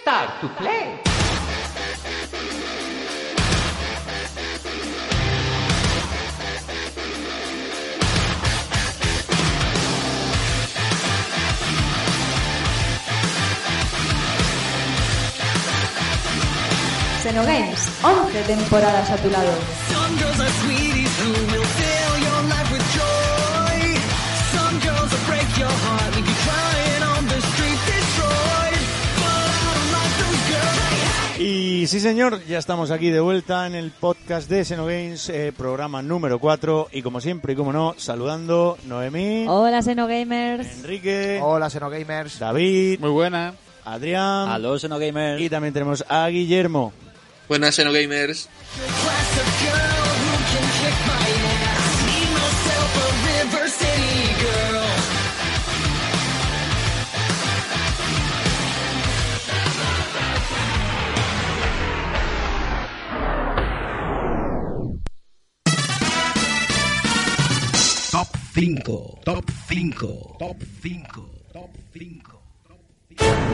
Start to play. Xenogames, 11 temporadas a tu lado. Some girls are sweeties who will fill your life with joy. Some girls will break your heart, leave you crying on the street, destroyed. But I don't like those girls. Y sí, señor, ya estamos aquí de vuelta en el podcast de Xenogames, eh, programa número 4. Y como siempre y como no, saludando Noemí, Hola, Xenogamers. Enrique, Hola, Xenogamers. David, Muy buena. Adrián. A los Xenogamers. Y también tenemos a Guillermo. Buenas, Xenogamers. Class of girl who can kick my ass. Need myself a River City girl. Top 5. Top 5. Top 5. Top 5.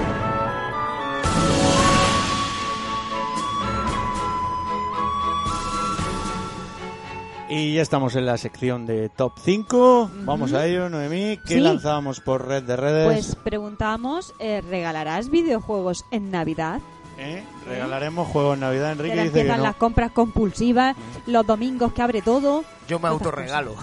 Y ya estamos en la sección de Top 5. Vamos a ello, Noemí. ¿Qué Sí. lanzábamos por red de redes? Pues preguntamos, eh, ¿regalarás videojuegos en Navidad? ¿Eh? Regalaremos juegos en Navidad. Que Enrique dice que empiezan no. las compras compulsivas, los domingos que abre todo. Yo me autorregalo.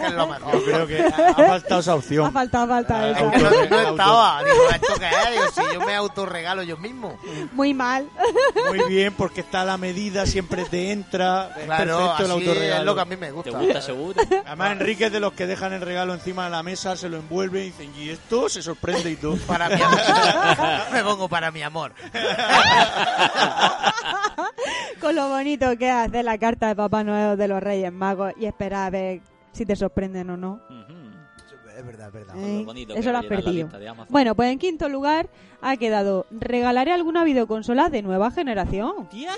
es lo mejor. Yo creo que ha faltado esa opción. Ha faltado, falta Ah, eso. auto- Yo no auto- estaba. Digo, "Ah, ¿esto qué es? Digo, si yo me autorregalo yo mismo. Muy mal. Muy bien, porque está a la medida, siempre te entra. Es Claro, perfecto el así es autorregalo. lo que a mí me ¿Te gusta. gusta seguro? Además, Enrique es de los que dejan el regalo encima de la mesa, se lo envuelve y dicen, ¿y esto? Se sorprende y todo. Para mi amor. me pongo para mi amor. Con lo bonito que hace la carta de Papá Noel de los Reyes Magos y esperar a ver si te sorprenden o no. Ujú. Es verdad, es verdad. ¿eh? lo bonito que Eso lo has rellenas la perdido. lista de Amazon. Bueno, pues en quinto lugar ha quedado regalaré alguna videoconsola de nueva generación. Tías.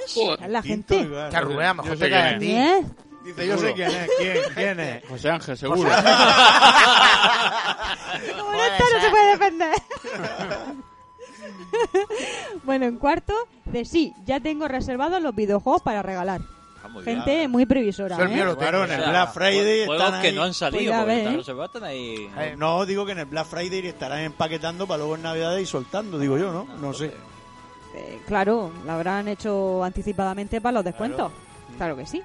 Joder. La Quinto gente. lugar. Que a Rubén a lo mejor Yo sé te cae quién a ti. ¿Eh? Dice, yo sé quién es, quién, quién es. José Ángel, seguro. Como no Puede está, no se ser. puede defender. bueno, en cuarto, de sí, ya tengo reservados los videojuegos para regalar. Ah, muy bien. Gente muy previsora, Yo el ¿eh? mío lo tengo. Claro, en el Black Friday Jue- Juegos están que ahí. no han salido, Pues ya porque ves, están ¿eh? reservados, están ahí. Eh, Pues No, digo que en el Black Friday estarán empaquetando para luego en Navidades y soltando, digo yo, ¿no? No sé. Eh, claro, lo habrán hecho anticipadamente para los descuentos. Mm. Claro, que sí.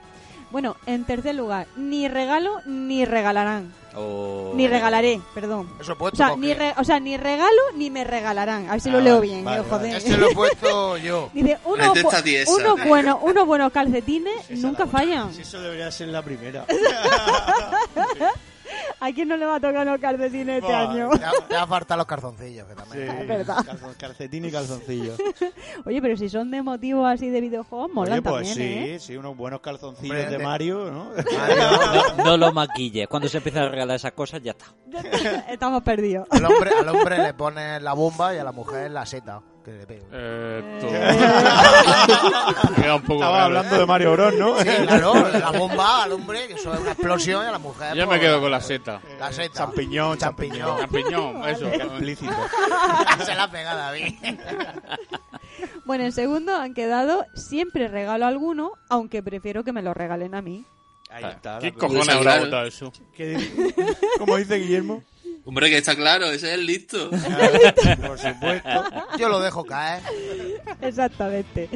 Bueno, en tercer lugar, ni regalo ni regalarán. Oh. O- Ni regalaré, perdón. Eso he O puesto. sea, porque- ni re- o sea, ni regalo ni me regalarán. A ver si lo Ah, leo vale, bien, vale, eh, joder. vale. Ese Este lo he puesto yo. Dice, unos, Vete esta bu- tiesa, unos eh". tío. buenos, unos buenos calcetines nunca Este fallan. Si eso debería ser la primera. ¿A quién no le va a tocar unos calcetines este Buah, año? Te va- Te va a faltar los calzoncillos. Que también. Sí, verdad. calzon- calcetín y calzoncillo. Oye, pero si son de motivos así de videojuegos, molan Oye, pues también, sí, ¿eh? sí, unos buenos calzoncillos Hombre, de de- Mario, ¿no? No, no lo maquilles. Cuando se empieza a regalar esas cosas, ya está. Estamos perdidos. Al hombre, al hombre le pones la bomba y a la mujer la seta. Que le pega. Eh, tú. Eh. Queda un poco Estaba raro. hablando de Mario Bros, ¿no? Sí, claro, la bomba al hombre, que eso es una explosión y a la mujer. Yo pues, me quedo con la seta. La seta. champiñón, champiñón. Champiñón, eso. Explícito. Se la ha pegado a mí. Bueno, en segundo han quedado siempre regalo alguno, aunque prefiero que me lo regalen a mí. Ahí está. ¿Qué la- cojones habrá votado eso? ¿Qué- ¿Cómo dice Guillermo? Hombre, que está claro, ese es el listo. Por supuesto. Yo lo dejo caer. Exactamente.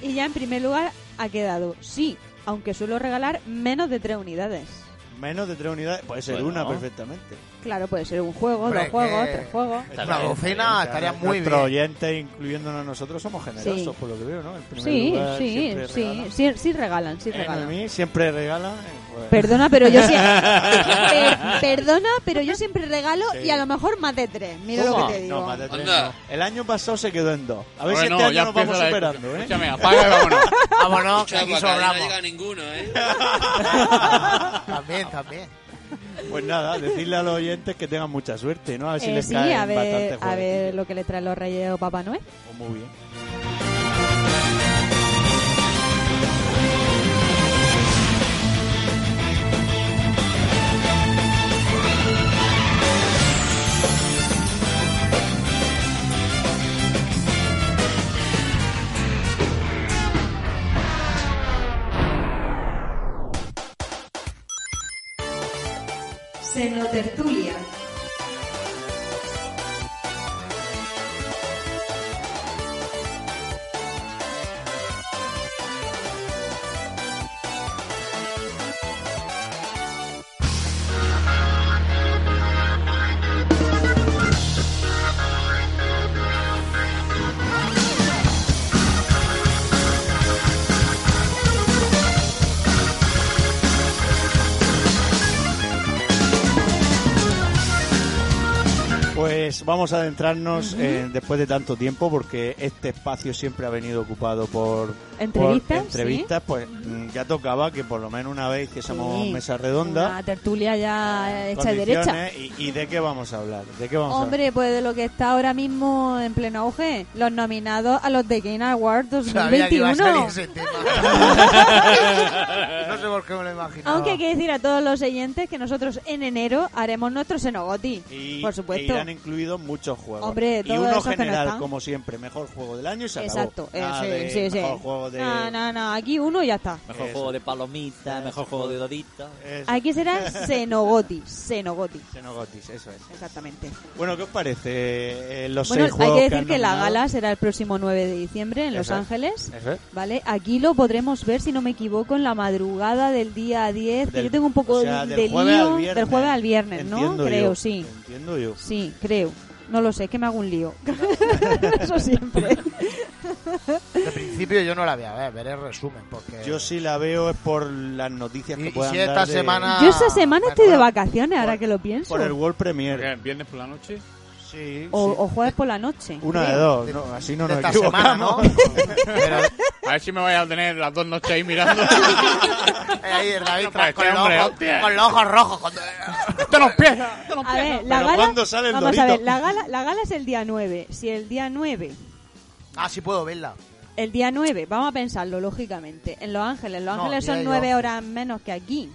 Y ya en primer lugar ha quedado sí, aunque suelo regalar menos de tres unidades. Menos de tres unidades. Puede ser Bueno. una perfectamente. Claro, puede ser un juego, Hombre, dos juegos, que- tres juegos. Está Una bien. docena estaría muy Nuestros bien. oyentes, incluyéndonos nosotros, somos generosos, Sí. por lo que veo, ¿no? En primer Sí, lugar, sí, siempre sí, regalan. sí, sí regalan, sí Eh, regalan. Noemí siempre regala. eh, pues, Perdona, pero yo siempre perdona, pero yo siempre regalo y a lo mejor más de tres. Mira lo Toma. que te digo. No, más de tres Anda. no. El año pasado se quedó en dos. A ver si Bueno, este año ya nos vamos empieza la superando, discusión. ¿eh? Escúchame, apaga y vámonos. Vámonos, que Chaco, aquí acá no sobramos. llega ninguno, ¿eh? También, también. Pues nada, decirle a los oyentes que tengan mucha suerte, ¿no? A ver si Eh, les sí, caen a ver, bastante Pues a ver lo que le traen los reyes o Papá Noel. Muy bien. tertulia. Pues vamos a adentrarnos eh, después de tanto tiempo, porque este espacio siempre ha venido ocupado por Entrevistas, por entrevistas pues mm, ya tocaba que por lo menos una vez que somos Sí, mesa redonda, Una tertulia ya hecha y derecha. condiciones, y, y de qué vamos a hablar, de qué vamos Hombre, pues de lo que está ahora mismo en pleno auge, los nominados a los The Game Awards Sabía que iba a salir 2021. ese tema. no sé por qué me lo imaginaba. Aunque hay que decir a todos los oyentes que nosotros en enero haremos nuestro Senogoti, a y, por e supuesto. irán incluidos muchos juegos. Hombre, y todos uno esos que no general, están. como siempre, mejor juego del año y se acabó. Exacto, eh, Nada sí, de sí, sí. mejor juego de... No, no, no, aquí uno y ya está. Mejor juego de palomita, mejor juego de dorita. Eso, Aquí será Senogoti, Senogoti. Xenogotis, eso es. Exactamente. Bueno, ¿qué os parece eh, los Bueno, seis hay juegos que que decir han que la nominado? gala será el próximo 9 de diciembre en Los Eso es. Ángeles. Eso es. Vale, aquí lo podremos ver, si no me equivoco, en la madrugada del día 10. que Del- yo tengo un poco o sea, de del jueves lío. al viernes. del jueves al viernes, ¿no? Entiendo creo, yo, sí. Entiendo yo. Sí, creo. No lo sé, es que me hago un lío. Eso siempre. De principio yo no la voy a ver, veré el resumen. Porque... Yo sí la veo es por las noticias Y, que y puedan si esta dar de- semana. Yo esta semana me estoy de acuerdo- vacaciones, ahora por- que lo pienso. Ah, por el World Premiere. Porque viernes por la noche. Sí, O, sí. o jueves por la noche. Una de creo. dos, no, así no de nos esta semana, ¿no? equivocamos. Pero A ver si me voy a tener las dos noches ahí mirando. eh, ahí el David No, tras- pues, con, Este los hombre, ojos, hostia. con los ojos rojos. con- ¡Esto no empieza! ¡Esto no A empieza! ver, la ¿Pero gala. cuándo sale el vamos a Dorito? ver, la gala, la gala es el día 9. Si el día 9 Ah, sí puedo verla. El día 9, vamos a pensarlo lógicamente. En Los Ángeles, Los No, Ángeles diría son yo. 9 horas menos que aquí.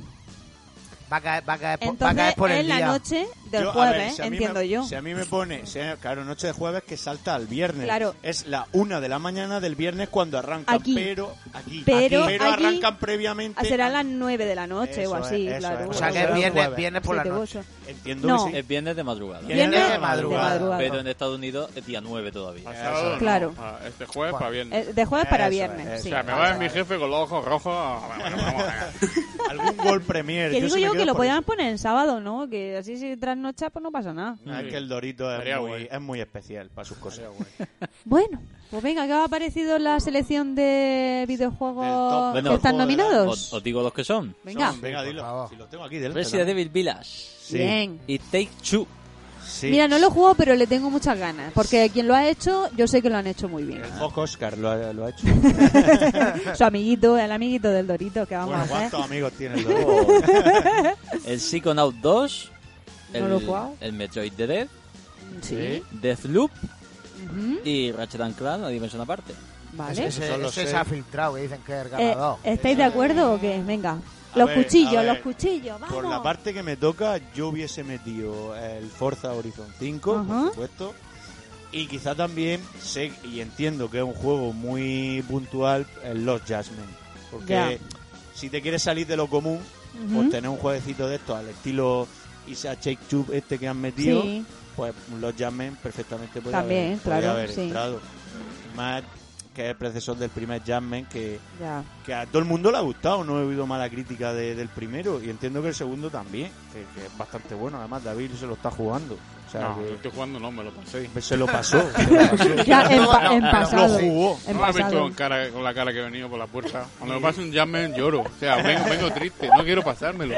Va a caer, va a caer, por- va a Entonces, caer por el en la día. noche del Yo, a jueves, ver, si a mí entiendo me- yo. Si a mí me pone, si a- claro, noche de jueves que salta al viernes. Claro. Es la una de la mañana del viernes cuando arrancan. Aquí. Pero aquí. Pero aquí, pero allí arrancan previamente. Ah, Será a las 9 de la noche o Eso así, es, eso claro. es. O sea que Jueves, viernes, jueves. viernes por la Siete u noche. ocho. Entiendo No. que sí. Es viernes de madrugada. Viernes de madrugada. de madrugada. Pero en Estados Unidos es día 9 todavía. Sábado no, Claro. pa- Este jueves para viernes. Eh, De jueves para Eso viernes, es, sí. o sea, me va a ver mi jefe con los ojos rojos. Ah, Bueno, vamos a ver. Algún gol premier. Que digo sí me yo quedo que lo por podían poner en sábado, ¿no? Que así si trasnocha, pues no pasa nada. eso. Ah, es que el Dorito es Estaría muy, guay. es muy especial para sus cosas. Bueno, pues venga, ¿qué os ha parecido la selección de videojuegos Del top que están videojuego de la- nominados? Os, os digo los que son. Venga. Son- Venga, Sí, por dilo. favor. Si lo tengo aquí delante. Resident ¿no? Evil Village Sí, Bien. y Take Two. sí. Mira, no lo juego, pero le tengo muchas ganas. Porque quien lo ha hecho, yo sé que lo han hecho muy bien. El Fox Oscar lo ha, lo ha hecho. Su amiguito, el amiguito del Dorito que vamos a bueno, hacer. ¿cuántos amigos tiene el Dorito? El Psychonaut 2. El, No lo he jugado. el Metroid The Dead. Sí. Deathloop Ujú, y Ratchet and Clank, la dimensión aparte. Vale. Ese, Son los ese se seis. ha filtrado, que dicen que es el Eh, ganador. ¿Estáis de acuerdo o qué? Venga. A Los ver, a cuchillos, ver. los cuchillos, vamos. Por la parte que me toca, yo hubiese metido el Forza Horizon 5, Ajá. por supuesto. Y quizá también sé y entiendo que es un juego muy puntual, el Lost Jasmine. Porque Ya. si te quieres salir de lo común, Ujú. pues tener un jueguecito de estos al estilo Isa Shake Tube este que han metido, Sí. pues Lost Jasmine perfectamente puede También, haber, podría claro, haber sí. entrado. Más que es el predecesor del primer Jasmine que Ya. que a todo el mundo le ha gustado, no he oído mala crítica de- del primero y entiendo que el segundo también, que, que es bastante bueno, además David se lo está jugando, o sea No, yo que estoy jugando, no, me lo pasé. se lo pasó, se lo pasó. Ya, en, pa- No, en pero pasado. lo jugó. En no me has visto pasado. con, cara, con la cara que he venido por la puerta. Cuando me pase un jamen lloro. O sea, vengo, vengo triste, no quiero pasármelo.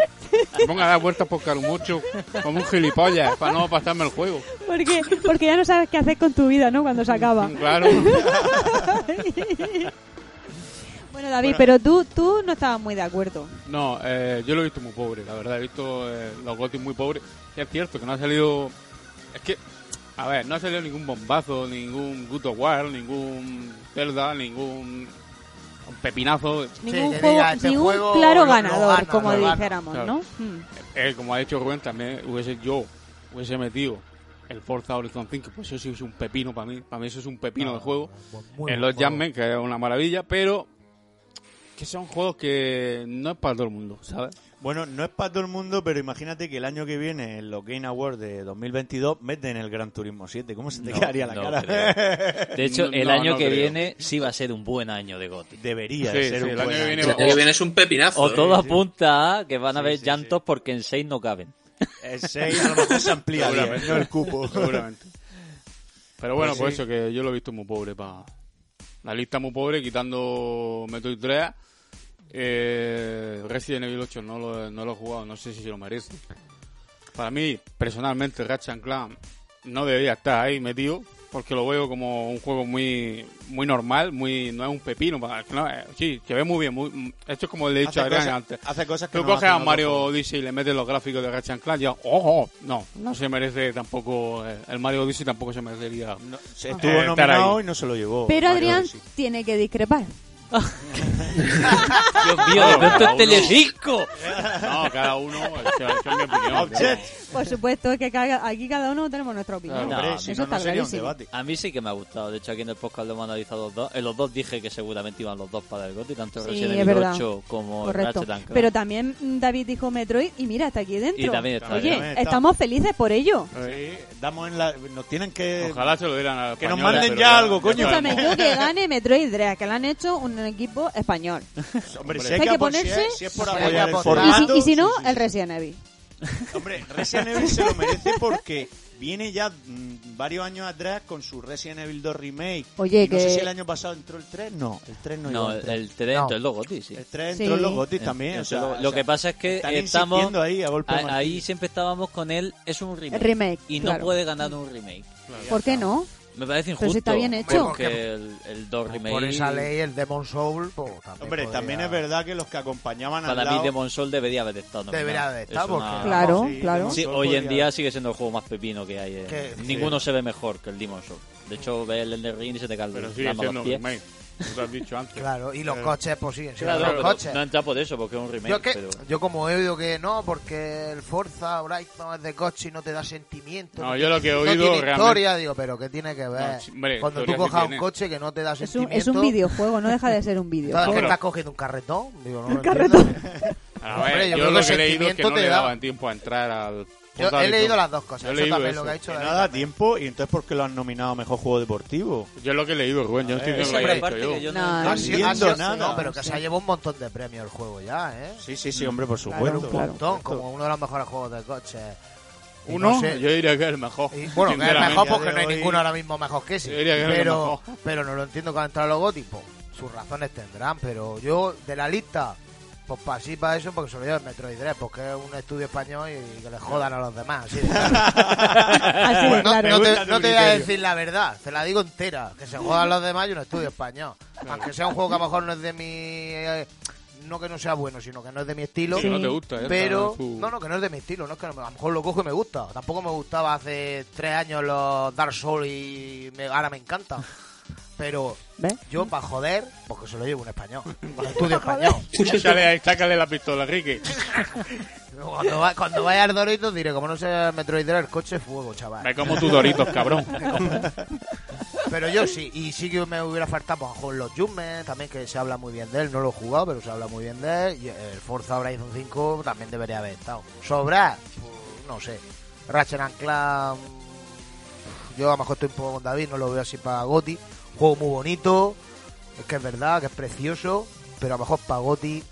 Me pongo a dar vueltas por Carumucho como un gilipollas para no pasarme el juego. Porque, porque ya no sabes qué hacer con tu vida, ¿no? Cuando se acaba. Claro. Bueno, David, pero tú, tú no estabas muy de acuerdo. No, eh, yo lo he visto muy pobre, la verdad. He visto eh, los gotis muy pobres. Y es cierto que no ha salido. Es que, a ver, no ha salido ningún bombazo, ningún Good of War, ningún Zelda, ningún pepinazo. Ningún que juego, diga, este ningún juego claro lo- lo ganador, gana, como lo gana. dijéramos, Claro. ¿no? Mm. Eh, como ha dicho Rubén, también hubiese yo, hubiese metido el Forza Horizon 5, pues eso sí es un pepino para mí, para mí eso es un pepino de juego. Ah, pues Muy en buen los juego. Jammen, que es una maravilla, pero que son juegos que no es para todo el mundo, ¿sabes? Bueno, no es para todo el mundo, pero imagínate que el año que viene, en los Game Awards de 2022, meten el Gran Turismo 7. ¿Cómo se te No, quedaría la no cara? De hecho, No, el no, año no que creo. viene sí va a ser un buen año de Goti. Debería Sí, de ser sí, un el año buen que viene El año que viene es un pepinazo. O ¿eh? todo apunta a que van a Sí, haber sí, llantos porque en seis no caben. El 6 a lo mejor se amplía, bien, Seguramente. no el cupo. seguramente. Pero bueno, Pues por sí. eso que yo lo he visto muy pobre para la lista muy pobre, quitando Metroid 3. Eh, Resident Evil 8 no lo, no lo he jugado, no sé si se lo merece. Para mí, personalmente, Ratchet and Clank no debería estar ahí metido, porque lo veo como un juego muy muy normal, muy no es un pepino. para- no, eh, sí, se ve muy bien. muy- esto es como le he dicho a Hace Adrián cosas- antes. hace cosas que Tú no coges hacen a otros Mario juegos. Odyssey y le metes los gráficos de Ratchet and Clank, ya, ojo, no, no se merece tampoco, eh, el Mario Odyssey tampoco se merecería. No, se Ah. estuvo Eh, estar nominado ahí. y no se lo llevó. Pero Mario Adrián Odyssey. tiene que discrepar. Dios mío, de pronto este es Telecisco. No, cada uno, es que- es que es mi opinión. Object. Por supuesto, es que cada- aquí cada uno tenemos nuestra opinión. Claro, Hombre, no, si eso no, no está sería un clarísimo. debate. A mí sí que me ha gustado. De hecho, aquí en el podcast lo hemos analizado los dos. En los dos dije que seguramente iban los dos para el Goti, tanto Sí, Resident es Evil verdad. 8 como el Correcto. Ratchet and Clank. Pero también mm, David dijo Metroid y mira, está aquí dentro. Y también está Oye, También está. estamos felices por ello. Sí, damos en la... Nos tienen que... Ojalá se lo dieran a la Que nos española, manden pero ya algo, coño. Escúchame, yo que gane Metroid 3, que lo han hecho un equipo español. Hombre, si Hay hay que que ponerse- ponerse... Si es por Hay que apoyar el apostar. Y si, formato... y si no, sí, sí, el sí. Resident Evil. Hombre, Resident Evil se lo merece porque viene ya mm, varios años atrás con su Resident Evil 2 Remake. Oye, Y no que- sé si el año pasado entró el 3. No, el 3 no, No, llegó, el, el 3. el 3 No. entró en los Goti, sí. El 3 entró Sí. en los gotis En- también. o entró sea, lo, o lo sea, que pasa es que están estamos insistiendo ahí a golpe de a- ahí martillo. siempre estábamos con él es un remake, Remake, y claro. no puede ganar un remake ¿Por qué no? me parece injusto Pero si está bien hecho. porque el, el 2 remake Por esa ley, el Demon Soul, pues, también Hombre, podría- también es verdad que los que acompañaban al para lado... mí Demon Soul debería haber estado nominado. Debería haber estado, Es una- porque- Claro, sí, claro. Demon Sí, Soul hoy en podría- día sigue siendo el juego más pepino que hay eh. Que- ninguno se ve mejor que el Demon Soul de hecho ves el Elden Ring y se te caen Pero las sigue manos siendo los un pies remake, tú lo has dicho antes. Claro, y los coches, pues siguen siendo Claro, los pero coches. no entra por eso porque es un remake Yo, es que, pero- yo como he oído que no, porque el Forza Horizon es de coche y no te da sentimiento. No, yo lo que he oído tiene realmente- historia, digo, pero ¿qué tiene que ver? No, sí, hombre, Cuando tú historia sí cojas un tiene. coche que no te da Es un, sentimiento... es un videojuego, no deja de ser un ¿sabes videojuego. que Pero- estás cogiendo un carretón? Digo, no lo entiendo. A Hombre, ver, yo yo, creo lo que que he leído es que sentimiento no te le da. daban tiempo a entrar al... Yo portal he y leído todo. las dos cosas. Yo he eso leído también es eso. lo que ha dicho Que David no da también. tiempo y entonces porque lo han nominado a mejor juego deportivo. Yo es lo que he leído, Rubén, yo no estoy Eh, diciendo esa es la que lo haya parte visto que yo yo. No, no, Ha sido- ha entiendo sido- nada. No, pero que se ha llevado un montón de premios el juego ya, ¿eh? Sí, sí, Mm. sí, hombre, por Pero supuesto. un montón, Por supuesto. como uno de los mejores juegos de coches. Y no Uno, sé- yo diría que es el mejor. Y, bueno, que es sinceramente. mejor Ya porque de no hay hoy- ninguno ahora mismo mejor que ese. Yo diría que es el Pero, mejor. pero no lo entiendo que han entrado los góticos. Sus razones tendrán, pero yo de la lista, pues para así, para eso, porque se lo llevo el Metroid 3, porque es un estudio español y que le jodan a los demás. así de claro. Así de no, claro. no gusta te, tu no te voy a criterio. decir la verdad, te la digo entera. Que se jodan los demás y un estudio español. Aunque sea un juego que a lo mejor no es de mi. eh, no que no sea bueno, sino que no es de mi estilo. Sí, no te gusta, ya está, Pero, su- no, no, que no es de mi estilo, no es que no me- a lo mejor lo cojo y me gusta. Tampoco me gustaba hace tres años los Dark Souls y me- ahora me encanta. Pero ¿Ves? yo, para joder, porque se lo llevo un español, un estudio español. Sácale ahí, sácale la pistola, Ricky. Cuando, va- cuando vaya al Doritos diré, como no sea el Metroid Dread, el coche fuego, Me chaval. como tus doritos, cabrón. Pero yo sí, y sí que me hubiera faltado pues, a lo mejor los Judgment, también que se habla muy bien de él, no lo he jugado, pero se habla muy bien de él. Y el Forza Horizon 5 también debería haber estado. Sobrar, Pues, no sé. Ratchet and Clank, yo a lo mejor estoy un poco con David, no lo veo así para Goti. Juego muy bonito, es que es verdad, que es precioso, pero a lo mejor para Goti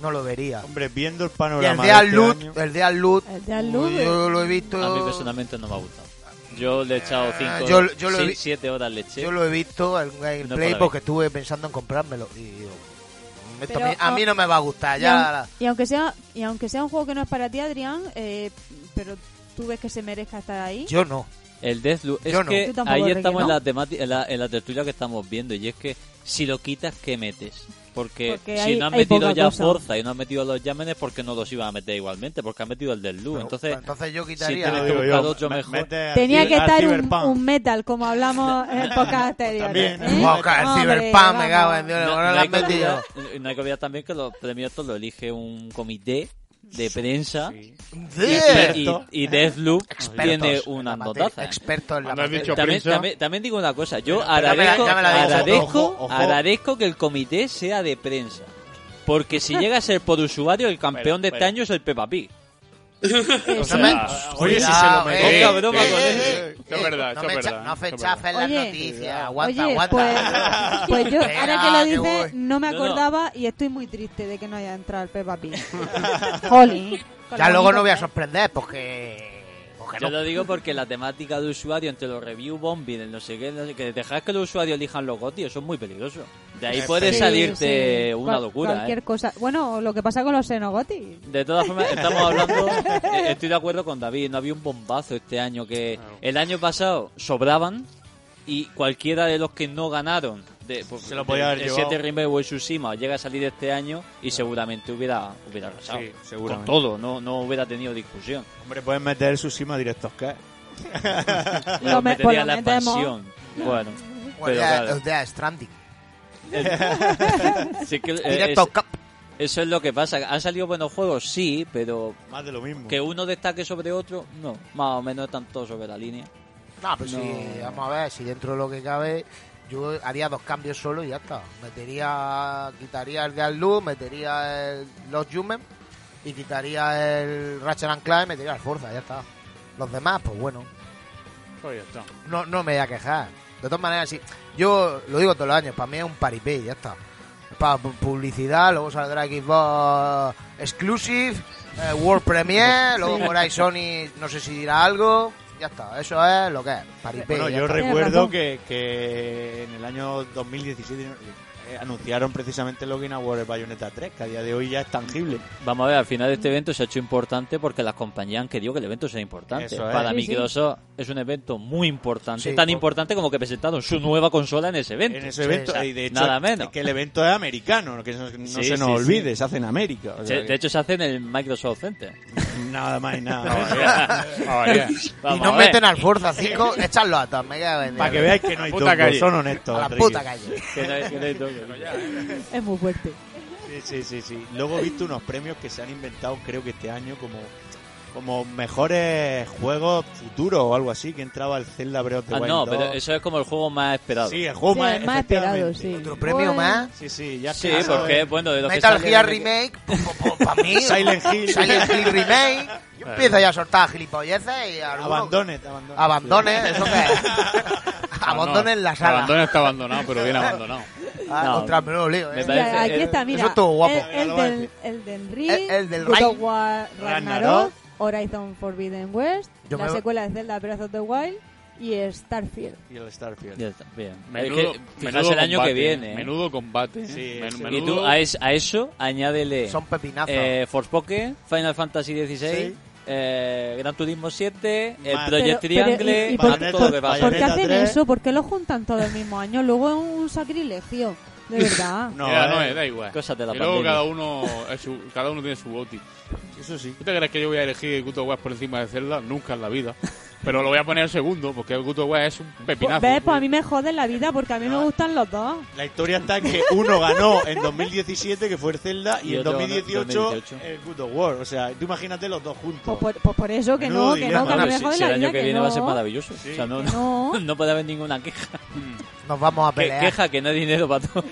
no lo vería. Hombre, viendo el Y el panorama. de de este Loot, año- el de Loot, El Dead Loop, yo lo he visto. a mí personalmente no me ha gustado yo le he echado cinco Ah, yo- yo lo he seis, vi- siete horas le eché Yo lo he visto en No gameplay para mí. porque estuve pensando en comprármelo. Y digo, "Mm, esto Pero, a, mí, a ah, mí no me va a gustar. Ya, la- Y, aun- y aunque sea, y aunque sea un juego que no es para ti, Adrián, eh, pero tú ves que se merezca estar ahí. yo no. El Deathloop. Es Yo no. que Tú tampoco, ahí Ricky, estamos en, ¿no? la temati- en, la, en la tertulia que estamos viendo. Y es que si lo quitas, ¿qué metes? Porque, Porque si hay- no han hay metido poca ya cosa. Forza y no han metido los Llámenes, porque no los iban a meter igualmente? Porque han metido el Deathloop. Pero- Entonces, entonces yo si quitaría. tienes que Digo yo, buscar otro me- mejor. mete eh, al Tenía ciber- que al estar un, Cyberpunk. un metal, como hablamos en pocas Pues anteriores. También, ¿eh? Guau, que el Hombre, Cyberpunk me vamos. cago en Dios. No, no no lo hay han que olvidar, metido. no hay que olvidar también que los premios estos lo elige un comité de prensa. Sí. Y, y, y Deathloop Expertos tiene en la una materia, notazas. Expertos en la Cuando has materia. dicho También, prensa. también, también digo una cosa, yo ya me la- agradezco, ya me la digo. agradezco, Ojo, ojo. agradezco que el comité sea de prensa. Porque si llega a ser por usuario, el campeón Pero, de este pero- año es el Peppa Pig. O No me- oye, Cuidado, si se lo merece. Poca broma eh, con eh, eso. eh, Eso es verdad, no eso es me echa- verdad. No eso es fechafes verdad. las Oye, noticias. Aguanta, Oye, aguanta. Pues, pues yo, Venga, ahora que lo que dices, voy. no me No, no. acordaba y estoy muy triste de que no haya entrado el Peppa Pig. Jolín. Con Ya lo luego bonito no voy a que es. sorprender porque. porque Yo no. lo digo porque la temática de usuario entre los review bombing, el no sé qué, no sé qué, dejar que los usuarios elijan los gotis, eso es muy peligroso. De ahí puede Sí, salirte sí. una Cual- locura, Cualquier ¿eh? cosa. Bueno, lo que pasa con los Senogoti. De todas formas, estamos hablando, eh, estoy de acuerdo con David, no había un bombazo este año que el año pasado sobraban y cualquiera de los que no ganaron de, pues, Se lo podía haber el, el llevado. 7 Remake o el Tsushima llega a salir este año y seguramente hubiera hubiera arrasado. Sí, seguramente. Con todo, no, no hubiera tenido discusión. Hombre, puedes meter su cima directos, ¿qué? Lo me- metería pues lo en la metemos. expansión. Bueno, Bueno, pero ya- claro. ya Stranding. Sí que, eh, Directo es- Cup. eso es lo que pasa. Han salido buenos juegos, sí, pero Más de lo mismo. que uno destaque sobre otro, no. Más o menos están todos sobre la línea. No, pues No. sí, vamos a ver, si dentro de lo que cabe, yo haría dos cambios solo y ya está. Metería, quitaría el de Allu, metería el Los Jumen y quitaría el Ratchet and Clank y metería el Forza, ya está. Los demás, pues bueno, Pues ya está. no, no me voy a quejar. De todas maneras, sí, yo lo digo todos los años, para mí es un paripé, ya está. Para publicidad, luego saldrá Xbox Exclusive, eh, World Premiere, luego por ahí Sony, no sé si dirá algo, ya está. Eso es lo que es, paripé. Bueno, ya yo está. Tienes recuerdo razón. que, que en el año 2017 eh, anunciaron precisamente lo que inauguró el Bayonetta 3, que a día de hoy ya es tangible. Vamos a ver, al final este evento se ha hecho importante porque las compañías han querido que el evento sea importante. Eso es. Para Sí, sí. Microsoft es un evento muy importante, Sí, tan por- importante como que presentaron su nueva consola en ese evento. En ese evento, O sea, y de hecho, nada menos. que el evento es americano, que no, no Sí, se nos sí, olvide, se hace en América. o sea Se- que- de hecho, se hace en el Microsoft Center. nada más y nada. Joder. Y Vamos no a ver. meten al Forza 5, echarlo a todos, me cago en Para que Dios. veáis que no hay puta tongo, calle. son honestos. A la Enrique. puta calle. Que no hay- que no hay toque. Es muy fuerte. Sí, sí, sí, sí. Luego he visto unos premios que se han inventado, creo que este año, como, como mejores juegos futuros o algo así, que entraba el Zelda Breath of the Ah, Wild no, 2. pero eso es como el juego más esperado. Sí, el juego Sí, más, el más esperado, efectivamente. sí. Otro premio más. Sí, sí, ya Sí, está. porque, bueno, de los que Metal salen- Gear Remake, para mí. Silent Hill. Silent Hill Remake. Yo empiezo ya a soltar gilipolleces y alguno- Abandone, te abandone. Ah, Abandone, eso que es. Abandone en la sala. Abandone está abandonado, pero bien abandonado. Ah, No. ostras, me lo lío, eh. Me Mira, parece- aquí el- está, mira. eso estuvo guapo. El, el Lo voy a del, decir. el del Ring, El- el del God of Ring. War Ragnarok, Ragnarok, Horizon Forbidden West, Yo la me- secuela de Zelda Breath of the Wild y Starfield. Y el Starfield. Ya está, bien. Menudo, es que, fijaos menudo el año combate, que viene. ¿eh? Menudo combate. ¿eh? Sí, Men- sí. Y menudo- tú a, es- a eso añádele Son pepinazos. eh, Forspoken, Final Fantasy XVI, Sí. eh, Gran Turismo 7, el Más. Pero- pero, Project Triangle, ¿y- y más por- todo lo por- que pasa. ¿Por qué Bayonetta hacen 3. eso? ¿Por qué lo juntan todo el mismo año? Luego es un sacrilegio, de verdad. No, Mira, no eh, es, da igual. Cosas de la y luego pandemia. cada uno, es su- cada uno tiene su goti. Eso sí. ¿Tú te crees que yo voy a elegir Guto West por encima de Zelda? Nunca en la vida. Pero lo voy a poner segundo, porque Guto West es un Pues, pepinazo. ¿Ves? Pues a mí me joden la vida porque a mí me gustan los dos. La historia está en que uno ganó en 2017, que fue el Zelda, y, Y en otro ganó en 2018, 2018. el Good of War. O sea, tú imagínate los dos juntos. Pues por, pues por eso que Menudo no, que no, que a mí dilema. Bueno, me si, jode si la el año vida. que Que viene no. va a ser maravilloso. O sea, no, que no. no puede haber ninguna queja. Nos vamos a Que- pelear. queja que no hay dinero para todo.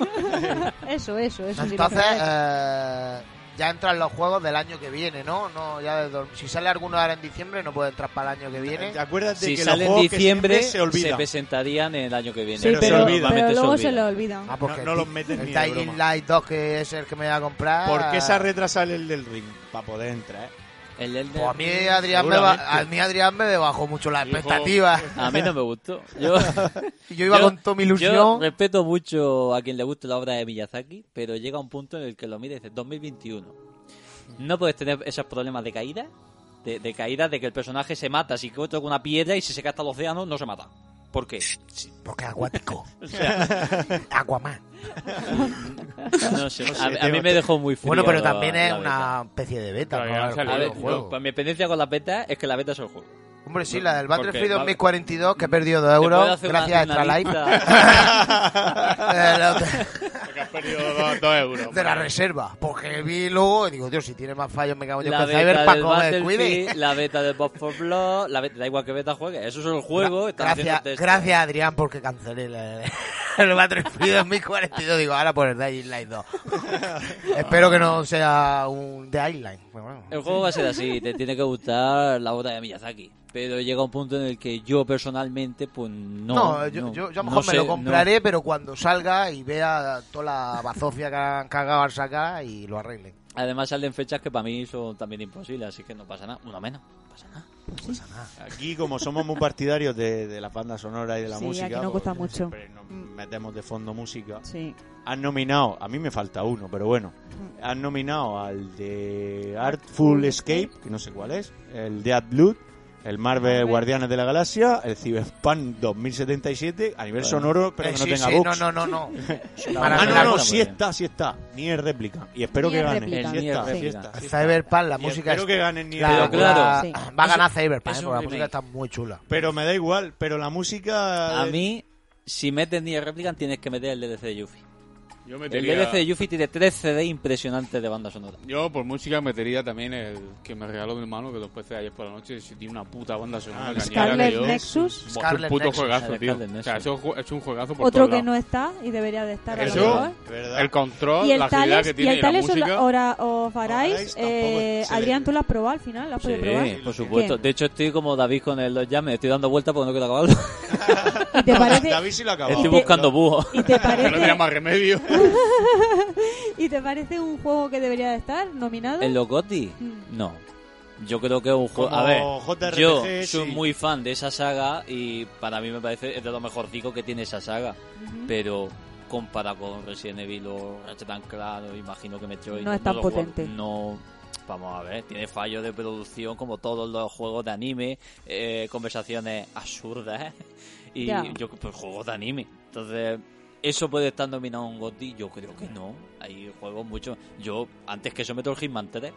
Eso, eso, eso. sí lo Entonces, creo. eh, ya entran los juegos del año que viene, ¿no? no ya de dos- Si sale alguno ahora en diciembre, no puede entrar para el año que viene. Acuérdate si que sale los en juegos que diciembre, siempre se olvida. presentarían el año que viene. sí, pero se pero, olvida. pero Normalmente luego olvida. se lo olvidan. Ah, porque No- no el- los metes El ni de Dying broma. Light 2, que es el que me voy a comprar. ¿Por qué se ha retrasado el del ring? Para poder entrar. ¿eh? El Elden Pues a mí Ring- Adrián me, ba- a mí Adrián me bajó mucho la Hijo. expectativa. A mí no me gustó. Yo, Yo iba con toda mi eh, Yo ilusión. respeto mucho a quien le guste la obra de Miyazaki, pero llega un punto en el que lo mira y dice 2021. No puedes tener esos problemas de caída, de, de caída de que el personaje se mata, si toca una piedra y si se cae hasta el océano no se mata. ¿Por qué? Porque es acuático. O sea, Aquaman. no sé. No sé, A, a tengo- mí me dejó muy frío. Bueno, pero la- también es la beta. una especie de beta. Todavía ¿no? no ha salido A El ver, el yo- juego. pues mi experiencia con las betas es que la beta es el juego. Hombre, sí, la del Porque Battlefield va- 2042 que he perdido 2 ¿Te puedo euros hacer una- gracias a una Extra Life. lista? Eh, lo que- Porque has perdido dos, dos euros. de la hombre. reserva. Porque vi luego y digo, Dios, si tiene más fallos me cago yo La con beta del pues Cyberpunk, no me Battlefield, descuide. la beta del Bob for Blood, la beta, da igual que beta juegues, eso es el juego. están este- haciendo Gracias, test. eh. gracias Adrián porque cancelé el, el Battlefield 2042. Digo, ahora por el Dying Light 2. Espero que no sea un The Island. Bueno, El juego va a ser así, te tiene que gustar la obra de Miyazaki. Pero llega un punto en el que yo personalmente, pues no. No, yo, no, yo, yo a lo no mejor sé, me no. lo compraré, pero cuando salga y vea toda la bazofia que han cagado al sacar y lo arreglen. Además salen fechas que para mí son también imposibles, así que no pasa nada. Uno menos, no pasa nada. Aquí, como somos muy partidarios de, de las bandas sonoras y de la Sí, música, aquí nos gusta pues, mucho. siempre nos metemos de fondo música. Sí. Han nominado, a mí me falta uno, pero bueno, han nominado al de Artful Escape, que no sé cuál es, el de Blood, el Marvel Guardianes de la Galaxia, el Cyberpunk 2077, a nivel sonoro, pero Eh, que sí, no tenga sí, box. no, no, no, no. Ah, no, la no, cosa sí está, sí está. Ni es réplica. Y espero Ni que es gane. réplica. Sí Ni es está, sí réplica. está, sí está. Cyberpunk, la Y música espero es- que ganen ni es la- Pero réplica. claro. la- Sí. va a ganar Cyberpunk, es eh, porque un la remake. música está muy chula. Pero me da igual, pero la música... A mí, si metes ni Replicant, tienes que meter el DLC de Yuffie. Yo El metería, DLC de este Yuffie tiene tres CD impresionantes de banda sonora. Yo por música metería también el que me regaló mi hermano, que lo empecé ayer por la noche. Si tiene una puta banda sonora. Ah, cañera Scarlet que yo- Nexus, Buah, es un Scarlet puto Nexus. juegazo, Scarlet tío. Nexus. O sea, eso es ju- es un juegazo por otro todos que lados. no está y debería de estar a lo Eso, mejor. ¿verdad? El control, Y el la agilidad Tales, que y tiene el y la Tales of, música. Hora of Arise Arise, tampoco eh, es Adrián, excelente. tú lo has probado al final, lo has Sí, podido probar. por supuesto. ¿Qué? De hecho, estoy como David con el Los Jam, me estoy dando vueltas porque no quiero acabarlo. ¿Y te parece, David sí lo ha acabado. estoy buscando búhos. y te Que no parece, tenía más remedio. y te parece un juego que debería de estar nominado? ¿En los GOTY? Mm. No. Yo creo que es un juego. Como A ver, JRPG, yo sí. soy muy fan de esa saga y para mí me parece es de lo mejorcico que tiene esa saga. Ujú. Pero comparado con Resident Evil o Ratchet and Clank, o imagino que Metroid. No es tan lo juego- potente. No. Vamos a ver, tiene fallos de producción como todos los juegos de anime, eh, conversaciones absurdas ¿eh? y Ya. yo pues, juegos de anime. Entonces, ¿Eso puede estar nominado a un GOTY? Yo creo que no. Hay juegos mucho. Yo, antes que eso, meto el Hitman 3,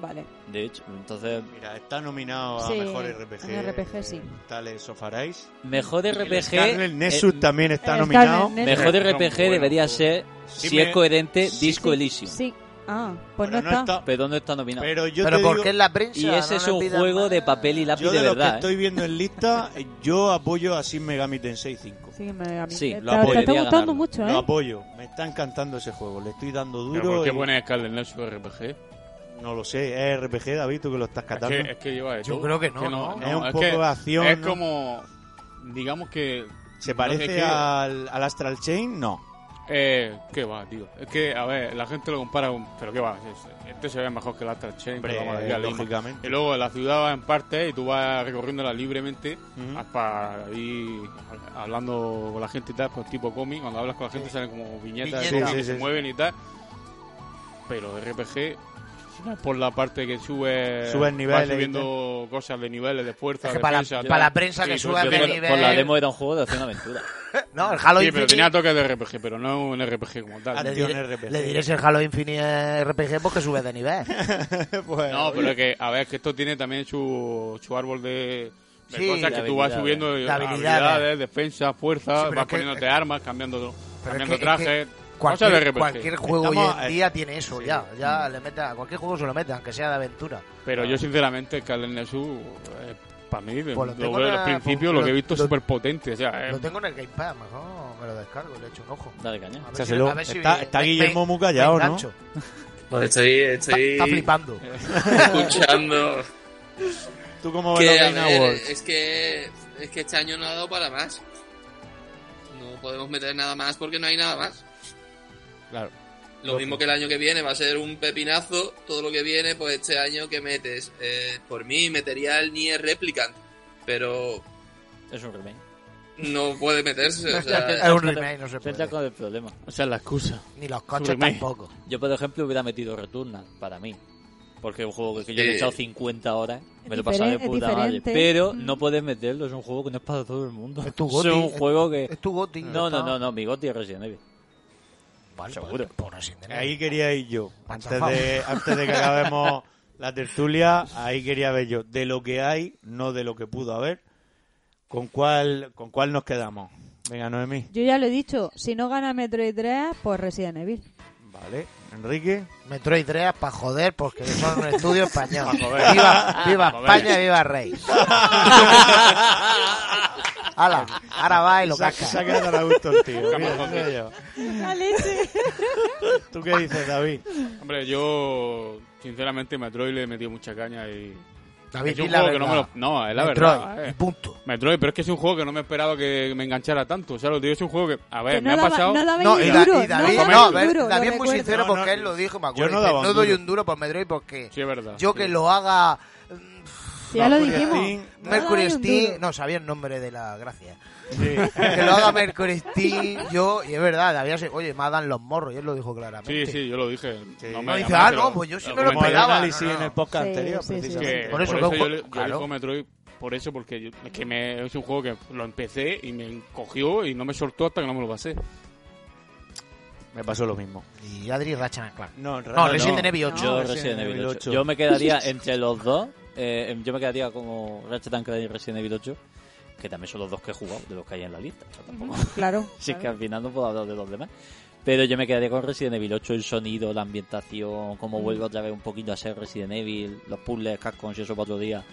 Vale. de hecho. Entonces, Mira, está nominado a Sí, Mejor RPG. en RPG, sí. Eh, Tales of Arise. mejor El RPG. Scarlet Nexus eh, también está el nominado. Scarlet Nexus. mejor Son RPG buenos debería juegos. ser, Sí, si me- es coherente, sí, Disco sí, Elysium. Sí. Ah, pues Pero no, está. Pero no está nominado. Pero yo Pero te porque digo, es la prensa. y ese no es le un pidan juego más. de papel y lápiz yo de, de lo que verdad. ¿eh? estoy viendo en lista, yo apoyo a Shin Megami Tensei 5. Sí, me da a mí. Sí, Te- lo te, apoyo. está Debería gustando ganarlo. mucho, Lo ¿eh? apoyo, me está encantando ese juego, le estoy dando ¿Pero ¿Por duro. qué y- pone Scarlet Nexus RPG? No lo sé, es RPG, David, tú que lo estás Es catando. que, es que lleva de Yo todo. creo que no, ¿no? Es un poco de acción, Es ¿no? como. Digamos que. ¿Se es parece que- al, al Astral Chain? No. Eh, ¿Qué va, tío? Es que, a ver, la gente lo compara con. Pero ¿qué va? es- Este se ve mejor que el Astral Chain. Hombre, pero vamos, de aquí a Lima. lógicamente. Y luego la ciudad va en partes y tú vas recorriéndola libremente Ujú. para ir hablando con la gente y tal, pues tipo cómic. Cuando hablas con la gente salen como viñetas Viñetas. de cómics Sí, sí, que se sí, sí. mueven y tal. Pero RPG, por la parte que sube. Sube el nivel, vas subiendo cosas de niveles de fuerza. Es que de para, defensa, para tal. la prensa Sí, que tú- sube yo de creo- Por- nivel. Por la demo era un juego de acción aventura. No, el Halo Sí, pero Infinite. tenía toques de RPG, pero no un RPG como tal. le, Acción diré, RPG. le diré si el Halo Infinite es RPG porque sube de nivel. Pues, No, pero es que, a ver, que esto tiene también su, su árbol de, de Sí, cosas que de tú vas habilidades. subiendo, De de habilidades. habilidades, defensa, Sí, fuerza, pero vas es que- eh, poniéndote armas, cambiando, Pero cambiando es que- es que trajes, cosas de Cualquier, RPG. cualquier juego Estamos, hoy en eh, día tiene eso ya. Ya le mete a cualquier juego se lo mete, aunque sea de aventura. Pero yo, sinceramente, Scarlet Nexus, eh, para mí, de- Pues lo lo tengo veo de en los la- principios, lo- lo que he visto es lo- súper potente. O sea, eh, Lo tengo en el Gamepad, mejor me lo descargo, le echo un ojo. Dale caña. A ver Échaselo. a ver Está- está Guillermo muy callado, ¿no? engancho. Pues estoy, Está, estoy está flipando. escuchando. ¿Tú cómo ves que, los a Game ver, eh, Awards? es que es que este año no ha dado para más. No podemos meter nada más porque no hay nada más. claro. Lo mismo que el año que viene va a ser un pepinazo. Todo lo que viene, pues este año que metes. Eh, por mí metería el Nier Replicant, pero Es un remake. no puede meterse. o Es sea, un remake, no se Ese es puede. con el problema. O sea, la excusa. Ni los coches Remake. tampoco. Yo, por ejemplo, hubiera metido Returnal para mí. Porque es un juego que yo le he Sí. echado 50 horas. Me Es lo he pasado de diferen- es puta madre. diferente. Pero Mm. no puedes meterlo. Es un juego que no es para todo el mundo. Es tu Es goti, un juego que. Es tu goti. No, está. no, no, no. Mi goti es Resident Evil. Vale, Seguro. pues, por así de nada. eh, Ahí quería ir yo. Macho, Antes de, antes de que acabemos La tertulia, ahí quería ver yo, de lo que hay, no de lo que pudo haber. ¿Con cuál, con cuál nos quedamos? Venga, Noemí. Yo ya lo he dicho, si no gana Metroid 3, pues Resident Evil. Vale. Enrique. Metroid 3 para joder, porque son un estudio español. Pa' joder. Viva, viva Pa' joder. España, viva Rey. Ala, ahora va y lo Se, se ha casca. quedado a gusto el tío. Caca, Mira, caca. mira yo. La leche. ¿Tú qué dices, David? Hombre, yo sinceramente Metroid le he metido mucha caña y... David, es un di la juego que no me verdad. lo... No, es la Metroid, verdad. y eh. punto. Metroid, pero es que es un juego que no me esperaba que me enganchara tanto. O sea, lo digo, es un juego que... A ver, Que me ha daba- pasado... no daba No, ni y, un Da- duro, y David, no, no, daba a ni ver, un duro, David lo es muy recuerdo. sincero No, porque no, él lo dijo, me yo acuerdo. no dice, daba un no doy duro. un duro por Metroid porque Sí, es verdad. yo sí. que lo haga Si ya lo Mercury dijimos. Steam, No Mercury daba ni un Steam, duro. no sabía el nombre de la gracia. Sí. que lo haga Mercury Steam, yo, y es verdad, David, se- oye, me dan los morros, y él lo dijo claramente. Sí, sí, yo lo dije. Sí. me No, dice, llamó, ah, pero no, pues yo sí lo me lo Como el comentaba. esperaba. análisis no, no. en el podcast Sí, anterior, sí, sí, precisamente. Que Por eso yo, que- le- yo claro. elijo Metroid por eso, porque yo- es que me, es un juego que lo empecé y me encogió y no me soltó hasta que no me lo pasé. Me pasó lo mismo. Y Adri Ratchet and Clank. No, en No, realidad Resident Evil 8. Yo Resident Resident Evil Evil 8. 8. Yo me quedaría entre los dos. eh, yo me quedaría como Ratchet and Clank y Resident Evil 8. Que también son los dos que he jugado, de los que hay en la lista. O sea, tampoco. Claro. Así que al final no puedo hablar de los demás. Pero yo me quedaría con Resident Evil 8, el sonido, la ambientación, Mm. cómo vuelve otra vez un poquito a ser Resident Evil, los puzzles, cascos, si eso para otro día.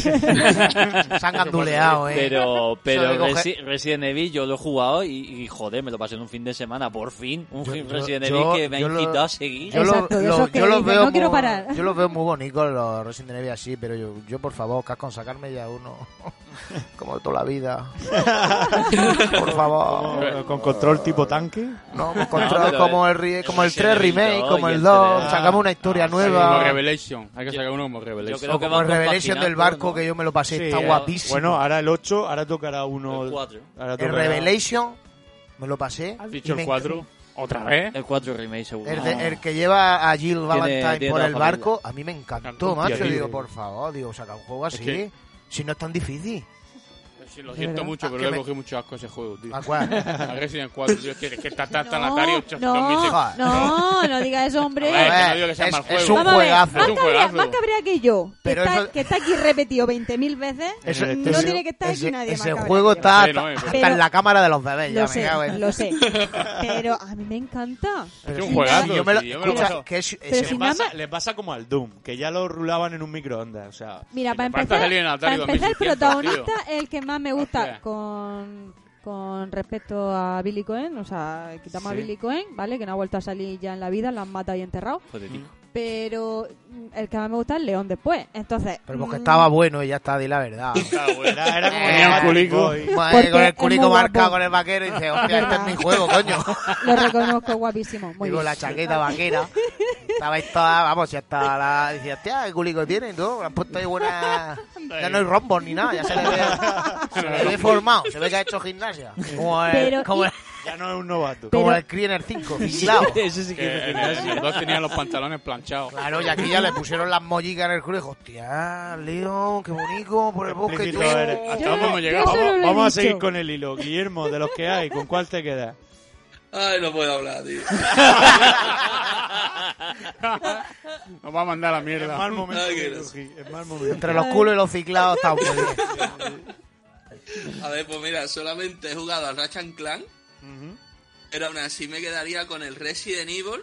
Se han ganduleado, eh. Pero, pero Eso de coger- Resi- Resident Evil yo lo he jugado y, y, joder, me lo pasé en un fin de semana, por fin. Un Yo- fin yo- Resident yo- Evil que me ha yo lo- incitado a seguir. Yo, lo- Exacto, de lo- esos que yo los dicen, veo "No quiero muy, parar". Yo los veo muy bonitos los Resident Evil así, pero yo, yo por favor, casco con sacarme ya uno como toda la vida. por favor. Como- Con control tipo tanque. No, me No, control pero como el, el- re- el como el 3 Resident Evil remake, como y el el 2, tres. Ah, sacamos una historia Como nueva. Revelation. Hay que sacar uno como Revelation. yo creo o que como van el Revelation compaginando, del barco ¿no? que yo me lo pasé, Sí, está eh, guapísimo. Bueno, ahora el 8, ahora tocará uno. El 4. ahora el tocará- Revelation me lo pasé. ¿Has y dicho me el enc- 4? ¿Otra vez? El 4 remake seguro. ¿eh? Ah, El, de- el que lleva a Jill Valentine tiene por toda el la barco, a mí me encantó, Hostia, macho. tío. Digo, por favor, digo, saca un juego así. que- Si no es tan difícil. Sí, lo De siento verdad. mucho, Ah, pero que le he me- cogido mucho asco a ese juego, tío. ¿A cuál? A Resident 4, tío. Es que, es que está tan No, Atari 8. no, no, no diga eso, hombre. A ver, que A no digo que sea es- mal es juego. un Vamos a ver, juegazo. más, Es un cabrea, juegazo. más cabrea que yo, que, Pero está, eso- este que está aquí repetido 20.000 veces, Eso- no eso- tiene que estar aquí ese, nadie más ese cabrea juego que yo. está Sí, no, hasta, pero- hasta en la cámara de los bebés. ya Lo me sé, cago en- lo sé. Pero a mí me encanta. Es un si juegazo. nada- Yo me lo, tío, yo me lo escucha, paso. que es- Pero ese- si Le nada pasa, más- le pasa como al Doom, que ya lo rulaban en un microondas. O sea, Mira, Si para te parece empezar, salir en Atari para empezar el 2600, protagonista es el que más me gusta Hostia. con, con respecto a Billy Cohen. O sea, quitamos a Sí. Billy Cohen, ¿vale? Que no ha vuelto a salir ya en la vida, lo han matado y enterrado. Joder, Pero mm, el que más me gusta es León después. Entonces. pero porque mm, estaba bueno y ya está, di la verdad. Ah, era, era Eh, como Tenía un Batman culico. Boy. Madre, Porque con el es culico muy guapo. marcado con el vaquero y dice, hostia, este es mi juego, coño. Lo reconozco guapísimo. Muy Digo, bien. la chaqueta vaquera. Estabais todas, vamos, ya está la. Dice, hostia, qué culico tiene y todo. Le han puesto ahí buena. Ya no hay rombos ni nada, ya se le ve, se le ve formado, se ve que ha hecho gimnasia. Como el, Pero- como y- el, Ya no es un novato. Pero- como el Kriener 5, vigilado. Eso sí Que que en el- los dos tenían los pantalones planchados. Claro, y aquí ya le pusieron las mollicas en el culo y dijo, hostia, León, qué bonito, por el bosque y Explícito todo. eres. Hasta Yo dónde no- hemos yo llegado. solo lo Vamos, he vamos a dicho. seguir con el hilo. Guillermo, de los que hay, ¿con cuál te quedas? Ay, no puedo hablar, tío. Nos va a mandar a la Es mierda. mal momento. Ay, Ah, qué que gracioso. cogí, es mal momento. Entre los culos y los ciclados está muy bien. A ver, pues mira, solamente he jugado al Ratchet Clan, Ujú. pero aún así me quedaría con el Resident Evil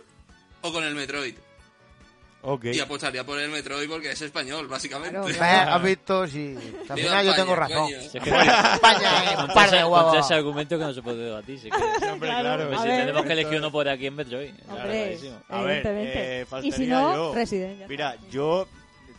o con el Metroid. Ok. Y apostaría por el Metroid porque es español, básicamente. Claro. ¿Ves? ¿Eh? ¿Has visto? Sí. Al Viva final yo España, tengo razón. coño. España es un par de contra guavas. ese argumento que no se puede debatir. sí que- Hombre, claro. Hombre, a si ver. tenemos que elegir uno por aquí en Metroid. claro, Hombre, clarísimo. A ver, evidentemente. eh, y faltaría si no, yo. Resident. ya está. Mira, yo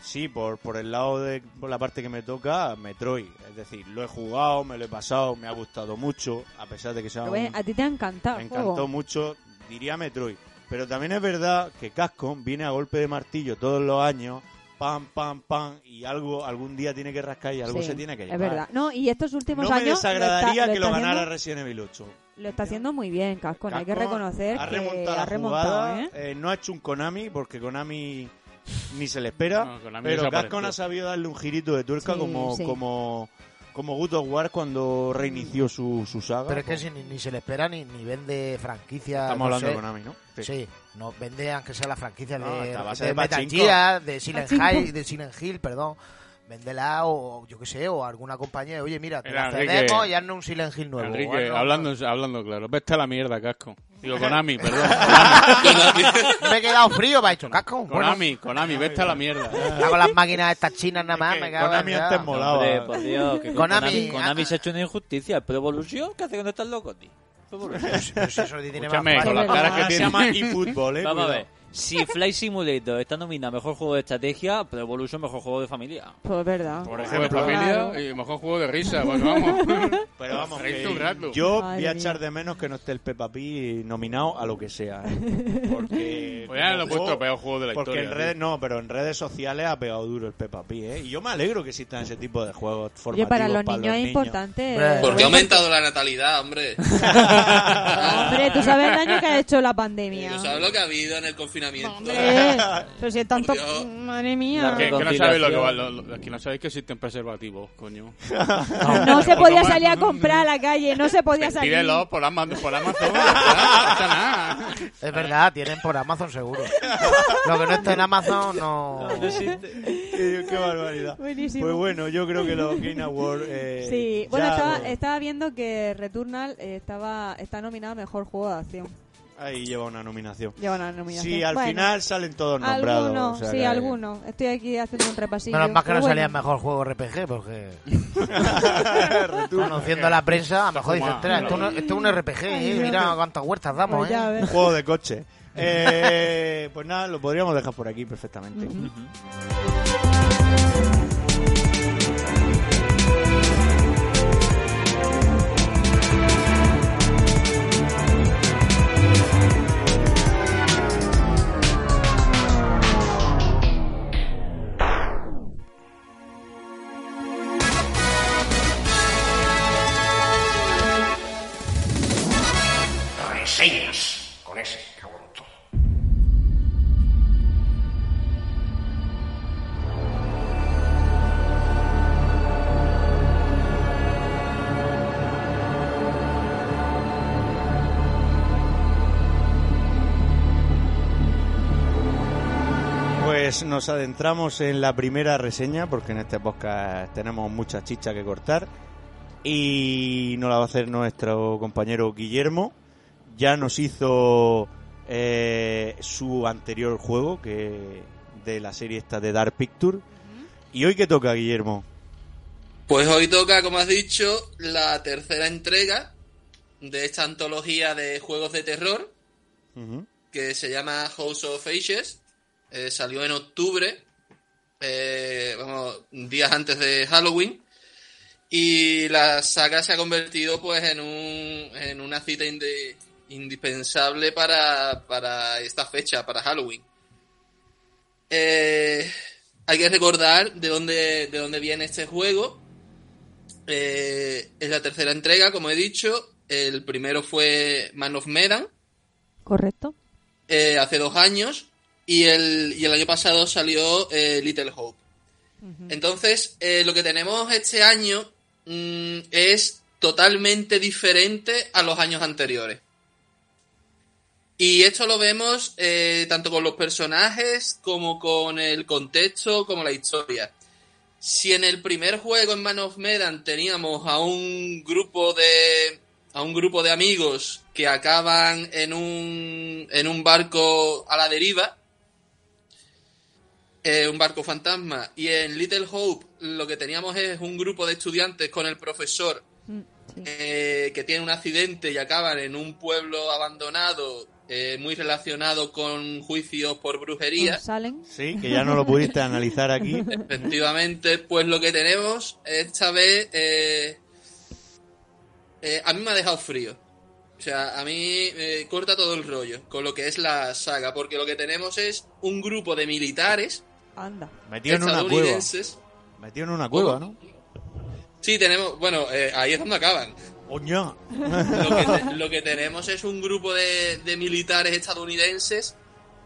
sí, por, por el lado de por la parte que me toca, Metroid. Es decir, lo he jugado, me lo he pasado, me ha gustado mucho, a pesar de que sea Pero, un, eh, a ti te ha encantado. me el encantó juego. mucho, diría Metroid. Pero también es verdad que Cascom viene a golpe de martillo todos los años, pam, pam, pam, y algo algún día tiene que rascar y algo Sí, se tiene que Es llevar. verdad. No, y estos últimos No me años. lo está- desagradaría lo que lo está ganara haciendo- Resident Evil 8. Lo está haciendo muy bien, Cascón. Hay que Capcom reconocer ha que remontado ha la remontado, jugada, ¿eh? eh, no ha hecho un Konami porque Konami ni se le espera No, Konami pero desapareció. Gascon ha sabido darle un girito de tuerca Sí, como sí. como Como God of War cuando reinició su, su saga. Pero es que pues, si ni, ni se le espera ni, ni vende franquicia. estamos no hablando sé. de Konami, ¿no? Sí. no vende aunque sea la franquicia No, de, esta va a ser de Metal Pachinko. Gear, de Silent Pachinko. Hill, de Silent Hill, perdón. Véndela o o yo qué sé, o alguna compañía, oye, mira, te Era la Enrique- cedemos y haznos un Silent Hill nuevo. o Enrique, haznos- hablando, hablando claro. Vete a la mierda, casco. Digo, Konami, perdón. Me he quedado frío, me ha dicho, casco. Bueno, Konami, Konami, vete a la mierda. hago las máquinas estas chinas nada más, Es que me cago en Konami la- antes mo- Molaba. Hombre, por Dios, que con Konami, Konami, Konami ah, se ha hecho una injusticia. Pero Evolution, ¿qué hace cuando estás loco, tío? Pro Evolution. Pero si Pues, eso tiene más Escúchame, con fallo. las caras que Ah, se tiene. llama eFootball, ¿eh? Vamos a Cuidado. ver. Si Flight Simulator está nominado a mejor juego de estrategia, Pro Evolution mejor juego de familia. Pues verdad. Por ejemplo, Claro. familia y mejor juego de risa. Pues vamos. Pero vamos, Reírte que un rato. yo Madre voy a mía. echar de menos que no esté el Peppa Pig nominado a lo que sea. ¿eh? Porque. Pues ya lo he puesto peor juego de la Porque historia. en redes, no, pero en redes sociales ha pegado duro el Peppa Pig, ¿eh? Y yo me alegro que existan ese tipo de juegos Oye, formativos para los niños es importante. Hombre. eh, Porque bueno, ha aumentado la natalidad, hombre. Hombre, tú sabes el daño que ha hecho la pandemia. ¿Tú sabes lo que ha habido en el confinamiento? Hombre, pero si es tanto. Por Dios. Madre mía. La Que, que no Reconciliación. sabéis lo que va- lo- lo- que no sabéis que existen preservativos, coño. No se Por lo podía más- salir a comprar a la calle, no se podía salir. Pídelo por Amazon. Por Amazon ya está, no pasa nada. Es verdad, tienen por Amazon seguro. Lo que no esté en Amazon no. Qué qué barbaridad. Buenísimo. Pues bueno, yo creo que los Game Awards. eh, Sí, ya bueno, estaba, lo- estaba viendo que Returnal eh, estaba está nominado a mejor juego de acción. Ahí lleva una nominación. Lleva una nominación. Sí, al Bueno, final salen todos nombrados. Alguno, o sea sí, que- alguno. Estoy aquí haciendo un repasillo. Menos más que no Pero salía el bueno. mejor juego RPG, porque. Conociendo a la prensa, a lo mejor dices, "Ostras, esto, no- esto es un RPG, eh, mira cuántas huertas damos, Pues ya, a eh. ver. Un juego de coche. Eh, pues nada, lo podríamos dejar por aquí perfectamente. Reseñas con ese cabrón. Pues nos adentramos en la primera reseña, porque en este podcast tenemos mucha chicha que cortar. Y nos la va a hacer nuestro compañero Guillermo. Ya nos hizo eh, su anterior juego, que de la serie esta de Dark Picture. ¿Y hoy qué toca, Guillermo? Pues hoy toca, como has dicho, la tercera entrega de esta antología de juegos de terror Ujú. que se llama House of Ashes. Eh, salió en octubre, eh, vamos, días antes de Halloween. Y la saga se ha convertido pues en, un, en una cita inde- indispensable para, para esta fecha, para Halloween. Eh, hay que recordar de dónde, de dónde viene este juego. Eh, es la tercera entrega, como he dicho. El primero fue Man of Medan, Correcto. eh, hace dos años y el, y el año pasado salió eh, Little Hope. Entonces, eh, lo que tenemos este año mm, es totalmente diferente a los años anteriores. Y esto lo vemos eh, tanto con los personajes como con el contexto, como la historia. Si en el primer juego en Man of Medan teníamos a un grupo de a un grupo de amigos que acaban en un en un barco a la deriva, eh, un barco fantasma, y en Little Hope lo que teníamos es un grupo de estudiantes con el profesor Mm, sí. eh, que tienen un accidente y acaban en un pueblo abandonado eh, muy relacionado con juicios por brujería. Con Salem. Sí, que ya no lo pudiste analizar aquí. Efectivamente, pues lo que tenemos esta vez eh, eh, a mí me ha dejado frío. O sea, a mí eh, corta todo el rollo con lo que es la saga, porque lo que tenemos es un grupo de militares Anda. Metido en una cueva. estadounidenses. Metido en una cueva, ¿no? Sí, tenemos, bueno, eh, ahí es donde acaban. ¡Oña! lo, que te- lo que tenemos es un grupo de, de militares estadounidenses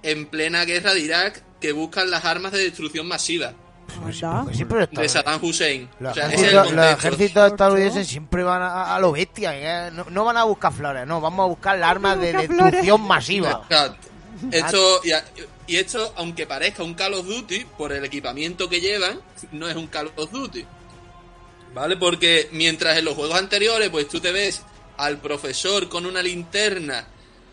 en plena guerra de Irak que buscan las armas de destrucción masiva. hermandad. Porque siempre lo de están- Saddam Hussein. Los o sea, ese es el ejércitos, los contexto. ejércitos estadounidenses siempre van a, a lo bestia. que No, no van a buscar flores, no. Vamos a buscar las armas de buscar flores. destrucción masiva. Claro, Esto, y, a- y esto, aunque parezca un Call of Duty, por el equipamiento que llevan, no es un Call of Duty. ¿Vale? Porque mientras en los juegos anteriores, pues tú te ves al profesor con una linterna,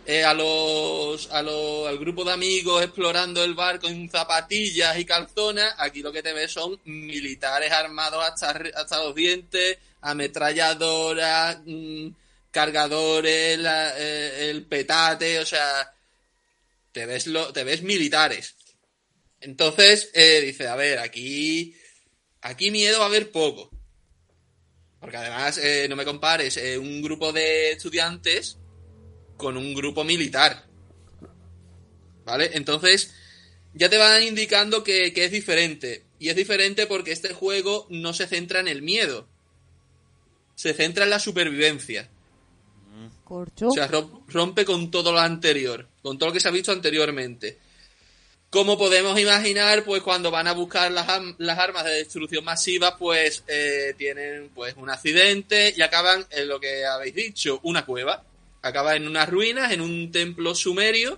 eh, a los, a los, al grupo de amigos explorando el barco en zapatillas y calzonas, aquí lo que te ves son militares armados hasta, arri- hasta los dientes, ametralladoras, mm, cargadores, la- eh, el petate, o sea, te ves, lo, te ves militares. Entonces, eh, dice, a ver, aquí, aquí miedo va a haber poco. Porque además, eh, no me compares eh, un grupo de estudiantes con un grupo militar. ¿Vale? Entonces, ya te van indicando que, que es diferente. Y es diferente porque este juego no se centra en el miedo. Se centra en la supervivencia. Corcho. O sea, rom- rompe con todo lo anterior, con todo lo que se ha visto anteriormente. Como podemos imaginar, pues cuando van a buscar las, am- las armas de destrucción masiva, pues eh, tienen pues un accidente y acaban en lo que habéis dicho, una cueva. Acaban en unas ruinas, en un templo sumerio.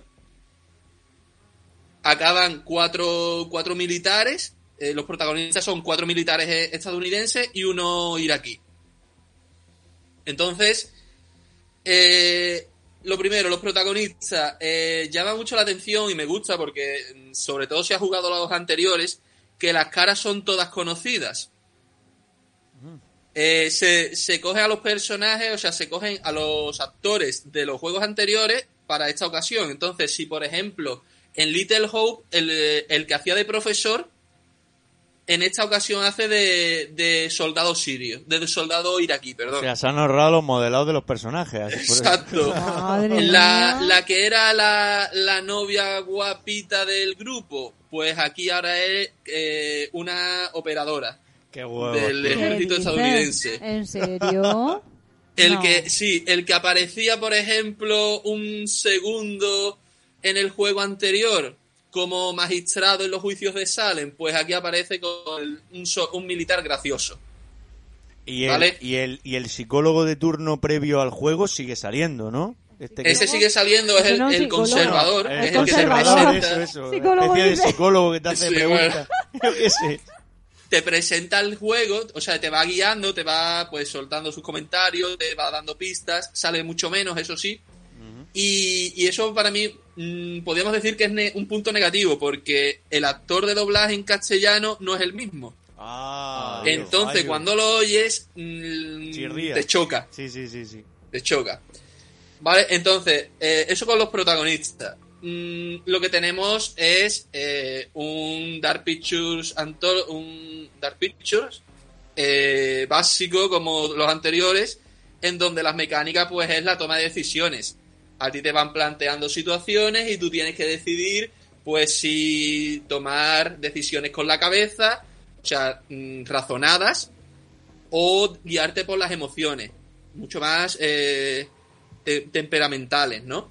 Acaban cuatro, cuatro militares. eh, los protagonistas son cuatro militares eh, estadounidenses y uno iraquí. Entonces, eh, lo primero, los protagonistas. eh, llama mucho la atención y me gusta porque, mm, sobre todo si has jugado los anteriores, que las caras son todas conocidas. Eh, se, se coge a los personajes, o sea, se cogen a los actores de los juegos anteriores para esta ocasión. Entonces, si por ejemplo en Little Hope el, eh, el que hacía de profesor, en esta ocasión hace de, de soldado sirio, de soldado iraquí, perdón. O sea, se han ahorrado los modelados de los personajes. así por- Exacto. Madre La, mía. la que era la, la novia guapita del grupo, pues aquí ahora es eh, una operadora Qué huevo. del ¿Qué ejército dices? estadounidense. ¿En serio? El No. que, sí, el que aparecía, por ejemplo, un segundo en el juego anterior como magistrado en los juicios de Salem, pues aquí aparece con el- un, so- un militar gracioso. Y el, Vale. y, el, y el psicólogo de turno previo al juego sigue saliendo, ¿no? Este que- Ese sigue saliendo, es Ese el, no es el psicólogo. conservador, El es el que se conservador. Eso, presenta. eso. Psicólogo, Especie de dice. psicólogo que te hace Sí, preguntas. Yo qué sé. te presenta el juego, o sea, te va guiando, te va pues soltando sus comentarios, te va dando pistas, sale mucho menos, eso sí. Y, y eso para mí, mm, podríamos decir que es ne- un punto negativo, porque el actor de doblaje en castellano no es el mismo. Ah, Entonces, Dios. cuando lo oyes, mm, Chirría. te choca Sí, sí, sí, sí. te choca. Vale, entonces, eh, eso con los protagonistas. Mm, lo que tenemos es eh, un Dark Pictures anto- un Dark Pictures eh, básico como los anteriores, en donde las mecánicas pues es la toma de decisiones. A ti te van planteando situaciones y tú tienes que decidir pues si tomar decisiones con la cabeza, o sea, mm, razonadas, o guiarte por las emociones, mucho más eh, te- temperamentales, ¿no?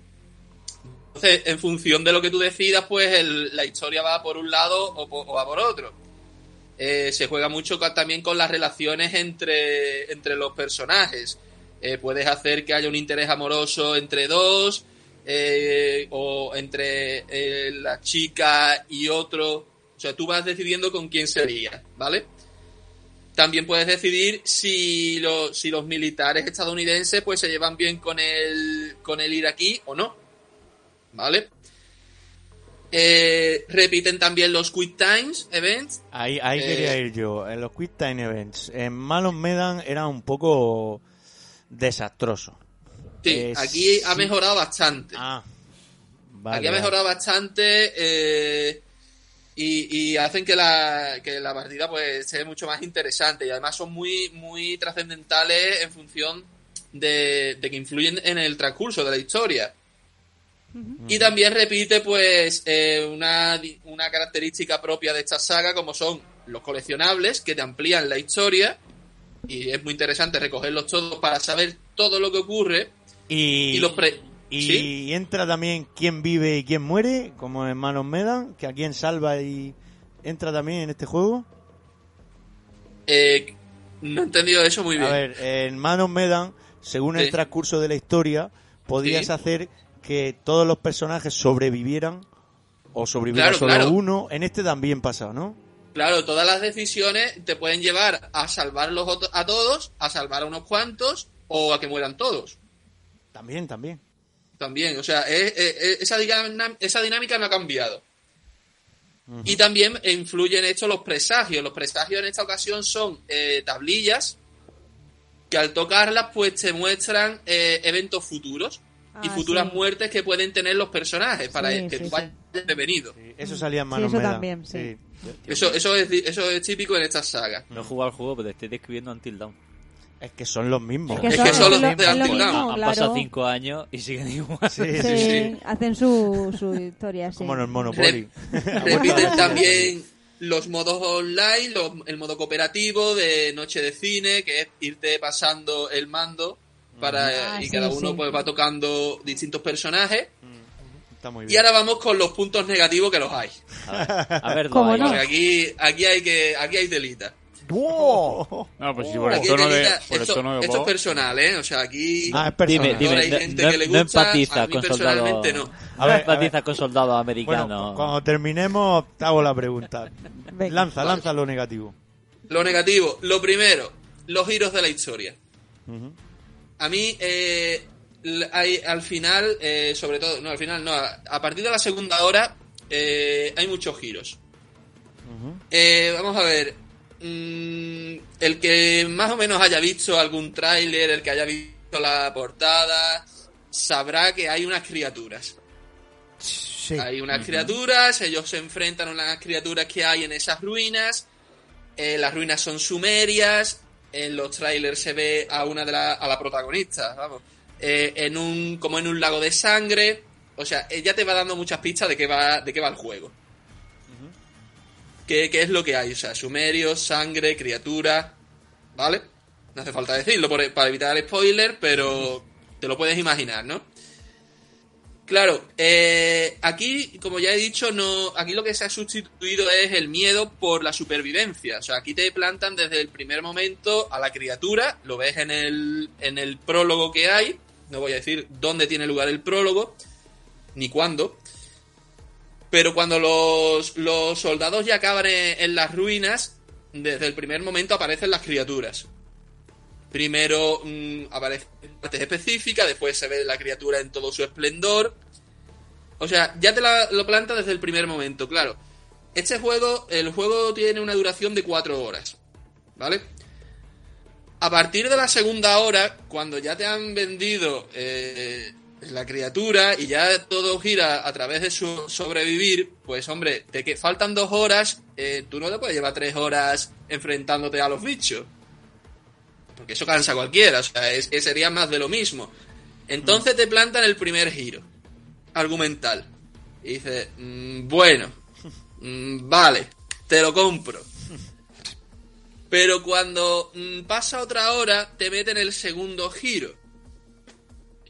Entonces, en función de lo que tú decidas, pues el- la historia va por un lado o, po- o va por otro. Eh, se juega mucho ca- también con las relaciones entre, entre los personajes. Eh, puedes hacer que haya un interés amoroso entre dos, eh, o entre eh, la chica y otro. O sea, tú vas decidiendo con quién sería, ¿vale? También puedes decidir si, lo- si los militares estadounidenses pues se llevan bien con el, con el iraquí o no. ¿Vale? Eh, repiten también los Quick Times Events. Ahí, ahí Eh, quería ir yo. En los Quick Time Events. En Malon Medan era un poco desastroso. Sí, Eh, aquí ha sí. mejorado bastante. Ah. Vale, aquí ha vale. mejorado bastante eh, y, y hacen que la, que la partida pues sea mucho más interesante y además son muy, muy trascendentales en función de, de que influyen en el transcurso de la historia. Y también repite pues eh, una, di- una característica propia de esta saga como son los coleccionables que te amplían la historia y es muy interesante recogerlos todos para saber todo lo que ocurre Y, y los pre- y ¿Sí? entra también quién vive y quién muere, como en Malon Medan, que a quién salva y entra también en este juego. Eh, no he entendido eso muy bien. A ver, en Manos Medan, según el Sí. transcurso de la historia, podías Sí. hacer que todos los personajes sobrevivieran o sobreviviera Claro, solo claro. uno. En este también pasa, ¿no? Claro, todas las decisiones te pueden llevar a salvarlos ot- a todos, a salvar a unos cuantos o a que mueran todos. También, también. También, o sea, es- es- es- esa, dinam- esa dinámica no ha cambiado. Y también influyen en esto los presagios. Los presagios en esta ocasión son eh, tablillas que al tocarlas pues te muestran eh, eventos futuros y Ah, futuras sí. muertes que pueden tener los personajes para Sí, que sí, sí. tú vayas prevenido. Eh, Eso salía en Manos eso Medan. también, sí. Eso, eso, es, eso es típico en estas sagas. Mm. No he jugado al juego, pero estoy describiendo Until Dawn. Es que son los mismos. Es que son los lo- de es lo Until Dawn. mismo, Han claro. pasado cinco años y siguen igual. Sí, Sí, sí, sí. sí. hacen su, su historia, sí. Como en el Monopoly. Repiten también los modos online, los- el modo cooperativo de noche de cine, que es irte pasando el mando para Ah, y sí, cada uno sí. pues va tocando distintos personajes. Está muy Y bien. ahora vamos con los puntos negativos que los hay. A ver, a ver, ¿Cómo Dai, no? Porque aquí aquí hay que aquí hay delita. ¡Wow! No, pues si por el Aquí hay tono de, delita. por el esto, tono de esto es voz. personal, ¿eh? O sea, aquí Ah, es persona. Dime, dime, ahora hay no, gente no- que le no gusta, a empatiza mí con soldados. personalmente no. A No ver, a empatiza con soldados Bueno, americanos. cu- cuando terminemos, te hago la pregunta. Venga. Lanza, lanza lo negativo. Lo negativo, lo primero, los giros de la historia. Ujú. A mí, eh, l- hay- al final, eh, sobre todo, no, al final no, a, a partir de la segunda hora eh, hay muchos giros. Eh, vamos a ver, mm, el que más o menos haya visto algún tráiler, el que haya visto la portada, sabrá que hay unas criaturas. Sí. Hay unas criaturas, ellos se enfrentan a unas criaturas que hay en esas ruinas. eh, las ruinas son sumerias. En los trailers se ve a una de la, a la protagonista, vamos. eh, en un, como en un lago de sangre. O sea, eh, ya te va dando muchas pistas de qué va, de qué va el juego. ¿Qué, qué es lo que hay? O sea, sumerios, sangre, criaturas. ¿Vale? No hace falta decirlo por- para evitar el spoiler, pero te lo puedes imaginar, ¿no? Claro, eh, aquí, como ya he dicho, no, aquí lo que se ha sustituido es el miedo por la supervivencia. O sea, aquí te plantan desde el primer momento a la criatura, lo ves en el, en el prólogo que hay, no voy a decir dónde tiene lugar el prólogo, ni cuándo, pero cuando los, los soldados ya acaban en, en las ruinas, desde el primer momento aparecen las criaturas. Primero mm, aparecen partes específicas, después se ve la criatura en todo su esplendor. O sea, ya te la- lo planta desde el primer momento, claro. Este juego, el juego tiene una duración de 4 horas, ¿vale? A partir de la segunda hora, cuando ya te han vendido eh, la criatura y ya todo gira a través de su sobrevivir, pues hombre, te que faltan dos horas, eh, tú no te puedes llevar tres horas enfrentándote a los bichos. Porque eso cansa a cualquiera, o sea, es, que sería más de lo mismo. Entonces te plantan el primer giro argumental. Y dices, "Mm, bueno, mm, vale, te lo compro. Pero cuando mm, pasa otra hora, te meten el segundo giro.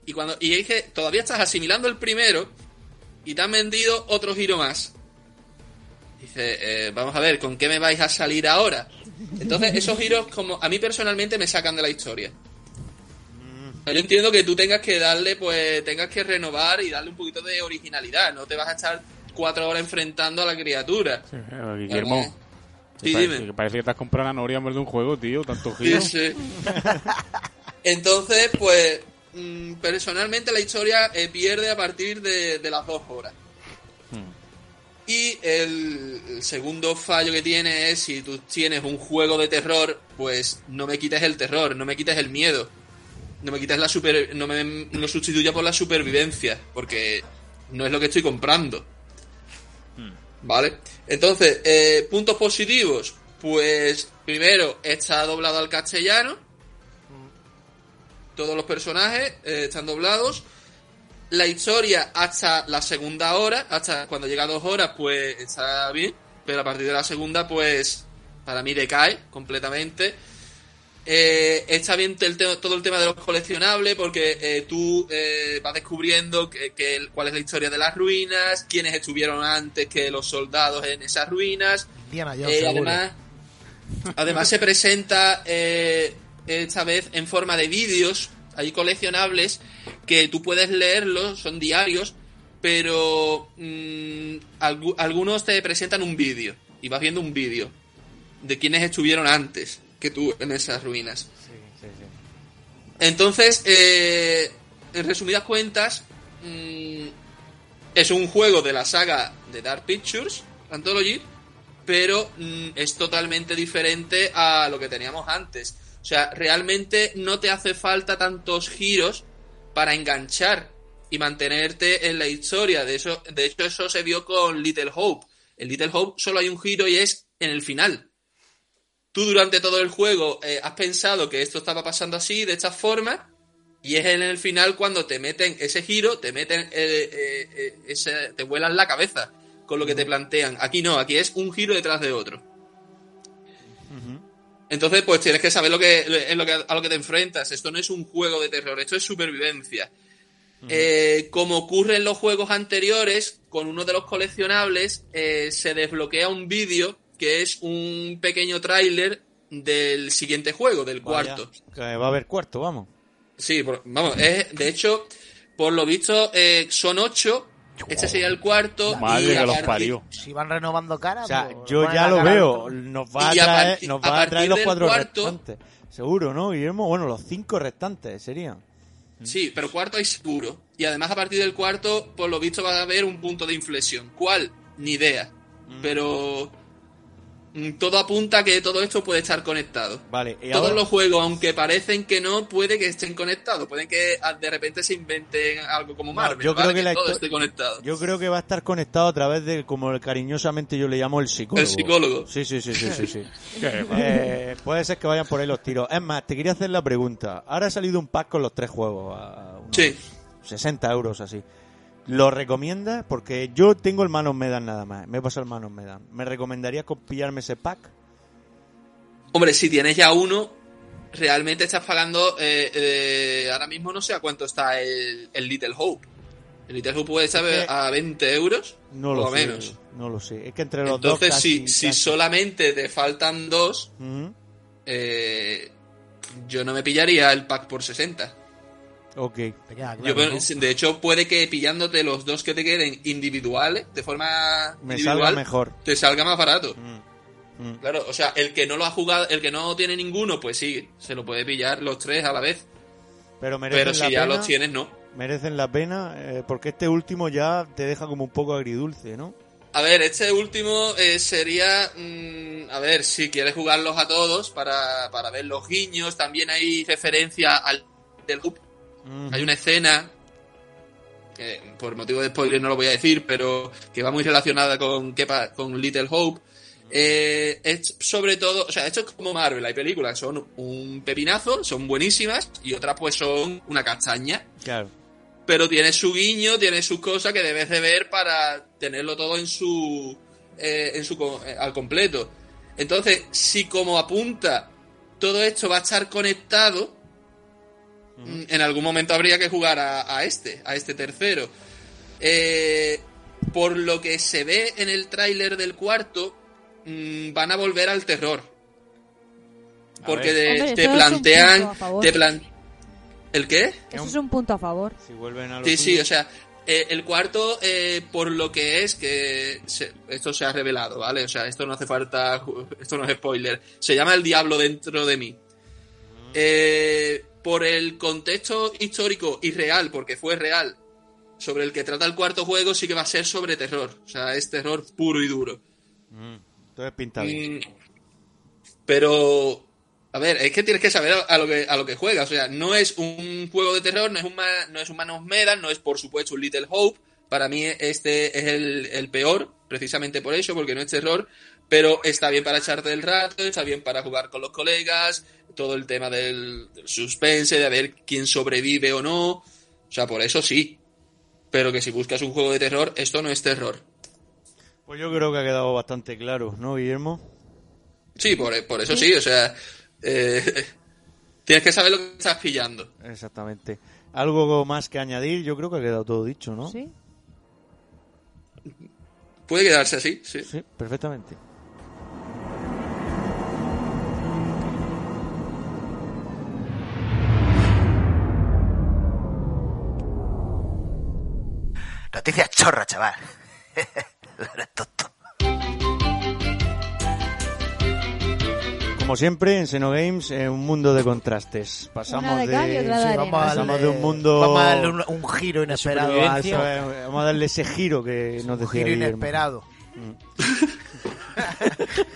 Y cuando y es que todavía estás asimilando el primero y te han vendido otro giro más. Dice, eh, vamos a ver, ¿con qué me vais a salir ahora? Entonces, esos giros, como a mí personalmente, me sacan de la historia. Yo entiendo que tú tengas que darle, pues, tengas que renovar y darle un poquito de originalidad. No te vas a estar cuatro horas enfrentando a la criatura. Eh, Guillermo. Sí, que dime. parece, que parece que te has comprado la noria en vez de un juego, tío. Tanto Sí, giro. sí. Entonces, pues, mm, personalmente la historia eh, pierde a partir de, de las dos horas. Y el, el segundo fallo que tiene es si tú tienes un juego de terror, pues no me quites el terror, no me quites el miedo, no me quites la super, no me lo sustituya por la supervivencia, porque no es lo que estoy comprando. ¿Vale? Entonces, eh, puntos positivos. Pues primero, está doblado al castellano. Todos los personajes eh, están doblados. La historia hasta la segunda hora, hasta cuando llega a dos horas, pues está bien. Pero a partir de la segunda, pues para mí decae completamente. Eh, está bien el te- todo el tema de los coleccionables porque eh, tú eh, vas descubriendo que, que el- cuál es la historia de las ruinas, quiénes estuvieron antes que los soldados en esas ruinas. Indiana Jones, Eh, Ah, seguro. además, Además se presenta eh, esta vez en forma de vídeos, hay coleccionables que tú puedes leerlos, son diarios, pero mm, algu- algunos te presentan un vídeo y vas viendo un vídeo de quienes estuvieron antes que tú en esas ruinas. Entonces, eh, en resumidas cuentas, mm, es un juego de la saga de Dark Pictures Anthology, pero mm, es totalmente diferente a lo que teníamos antes. O sea, realmente no te hace falta tantos giros para enganchar y mantenerte en la historia. De, eso, de hecho, eso se vio con Little Hope. En Little Hope solo hay un giro y es en el final tú durante todo el juego eh, has pensado que esto estaba pasando así, de esta forma, y es en el final cuando te meten ese giro, te meten eh, eh, eh, ese, te vuelan la cabeza con lo que te plantean. Aquí no, aquí es un giro detrás de otro. Entonces, pues tienes que saber lo que, en lo que- a lo que te enfrentas. Esto no es un juego de terror, esto es supervivencia. Eh, como ocurre en los juegos anteriores, con uno de los coleccionables eh, se desbloquea un vídeo que es un pequeño tráiler del siguiente juego, del Vaya, cuarto. que va a haber cuarto, vamos. Sí, por- vamos, es, de hecho, por lo visto eh, son ocho, este sería el cuarto. Madre y a que los partir- parió. Si van renovando cara. O sea, pues, yo ponen ya la lo cara veo. al- Nos va a Y a traer, partir- nos a va a traer partir los del cuatro cuarto- restantes. Seguro, ¿no, Guillermo? Bueno, los cinco restantes serían. Sí, pero cuarto hay seguro. Y además a partir del cuarto, por lo visto, va a haber un punto de inflexión. ¿Cuál? Ni idea. Pero mm, todo apunta a que todo esto puede estar conectado. Vale, y Todos Eh, ahora- los juegos, aunque parecen que no, puede que estén conectados. Pueden que ah, de repente se inventen algo como Marvel. yo creo ¿vale? que la todo histo- esté conectado. Yo creo que va a estar conectado a través de, como cariñosamente yo le llamo, el psicólogo. El psicólogo. Sí, sí, sí, sí, sí. sí. Eh, puede ser que vayan por ahí los tiros. Es más, te quería hacer la pregunta. Ahora ha salido un pack con los tres juegos. A unos Sí. 60 euros así. ¿Lo recomiendas? Porque yo tengo el Manos Medan nada más. Me he pasado el Manos Medan. ¿Me recomendarías con- pillarme ese pack? Hombre, si tienes ya uno, realmente estás pagando. eh, eh, ahora mismo no sé a cuánto está el, el Little Hope. El Little Hope puede estar Es que- a 20 euros No por lo lo sé. menos. No lo sé. Es que entre los dos. Entonces, si, casi- si casi. solamente te faltan dos, Ujú. eh, yo no me pillaría el pack por 60. Ok. Te queda Yo, claro, bueno, ¿no? De hecho, puede que pillándote los dos que te queden individuales, de forma Me individual, salga mejor. te salga más barato. Mm, mm. Claro, o sea, el que no lo ha jugado, el que no tiene ninguno, pues sí, se lo puede pillar los tres a la vez. Pero merecen Pero si la ya pena. los tienes, no. Merecen la pena eh, porque este último ya te deja como un poco agridulce, ¿no? A ver, este último eh, sería. mm, a ver, si quieres jugarlos a todos para, para ver los guiños. También hay referencia al del Hoop. Mm. Hay una escena. Que por motivo de spoiler no lo voy a decir, pero que va muy relacionada con, qué pa- con Little Hope. Eh, es sobre todo, o sea, esto es como Marvel, hay películas que son un pepinazo, son buenísimas, y otras pues son una castaña Claro. pero tiene su guiño, tiene sus cosas que debes de ver para tenerlo todo en su, eh, en su co- eh, al completo. Entonces, si como apunta todo esto va a estar conectado, mm, en algún momento habría que jugar a, a este, a este tercero. Eh, por lo que se ve en el tráiler del cuarto, mm, van a volver al terror. A Porque ver. de- Hombre, eso te es un plantean, punto a favor. te plan, ¿el qué? Eso es un punto a favor. Si vuelven a los Sí, sí, o sea, eh, el cuarto, eh, por lo que es, que se- esto se ha revelado, ¿vale? O sea, esto no hace falta, ju- esto no es spoiler. Se llama El Diablo dentro de mí. Eh, por el contexto histórico y real, porque fue real, sobre el que trata el cuarto juego, sí que va a ser sobre terror. O sea, es terror puro y duro. Entonces pinta bien. Mm, Pero, a ver, es que tienes que saber a lo que, a lo que juegas. O sea, no es un juego de terror, no es un, ma- no es un Man of Medan, no es por supuesto un Little Hope. Para mí este es el, el peor, precisamente por eso, porque no es terror. Pero está bien para echarte el rato, está bien para jugar con los colegas, todo el tema del, del suspense, de a ver quién sobrevive o no. O sea, por eso sí. Pero que si buscas un juego de terror, esto no es terror. Pues yo creo que ha quedado bastante claro, ¿no, Guillermo? Sí, por, por eso sí, o sea, eh, tienes que saber lo que estás pillando. Exactamente. Algo más que añadir, yo creo que ha quedado todo dicho, ¿no? ¿Sí? Puede quedarse así, sí. Sí, perfectamente. Noticias chorra, chaval. No eres tonto. Como siempre, en Seno Games, eh, un mundo de contrastes. Pasamos Una de cal y otra de sí, arena. vamos, a darle- darle de un mundo. Vamos a darle un, un giro inesperado. a Eso eso. eh. es, eh, vamos a darle ese giro que nos Un decía giro Guillermo. inesperado.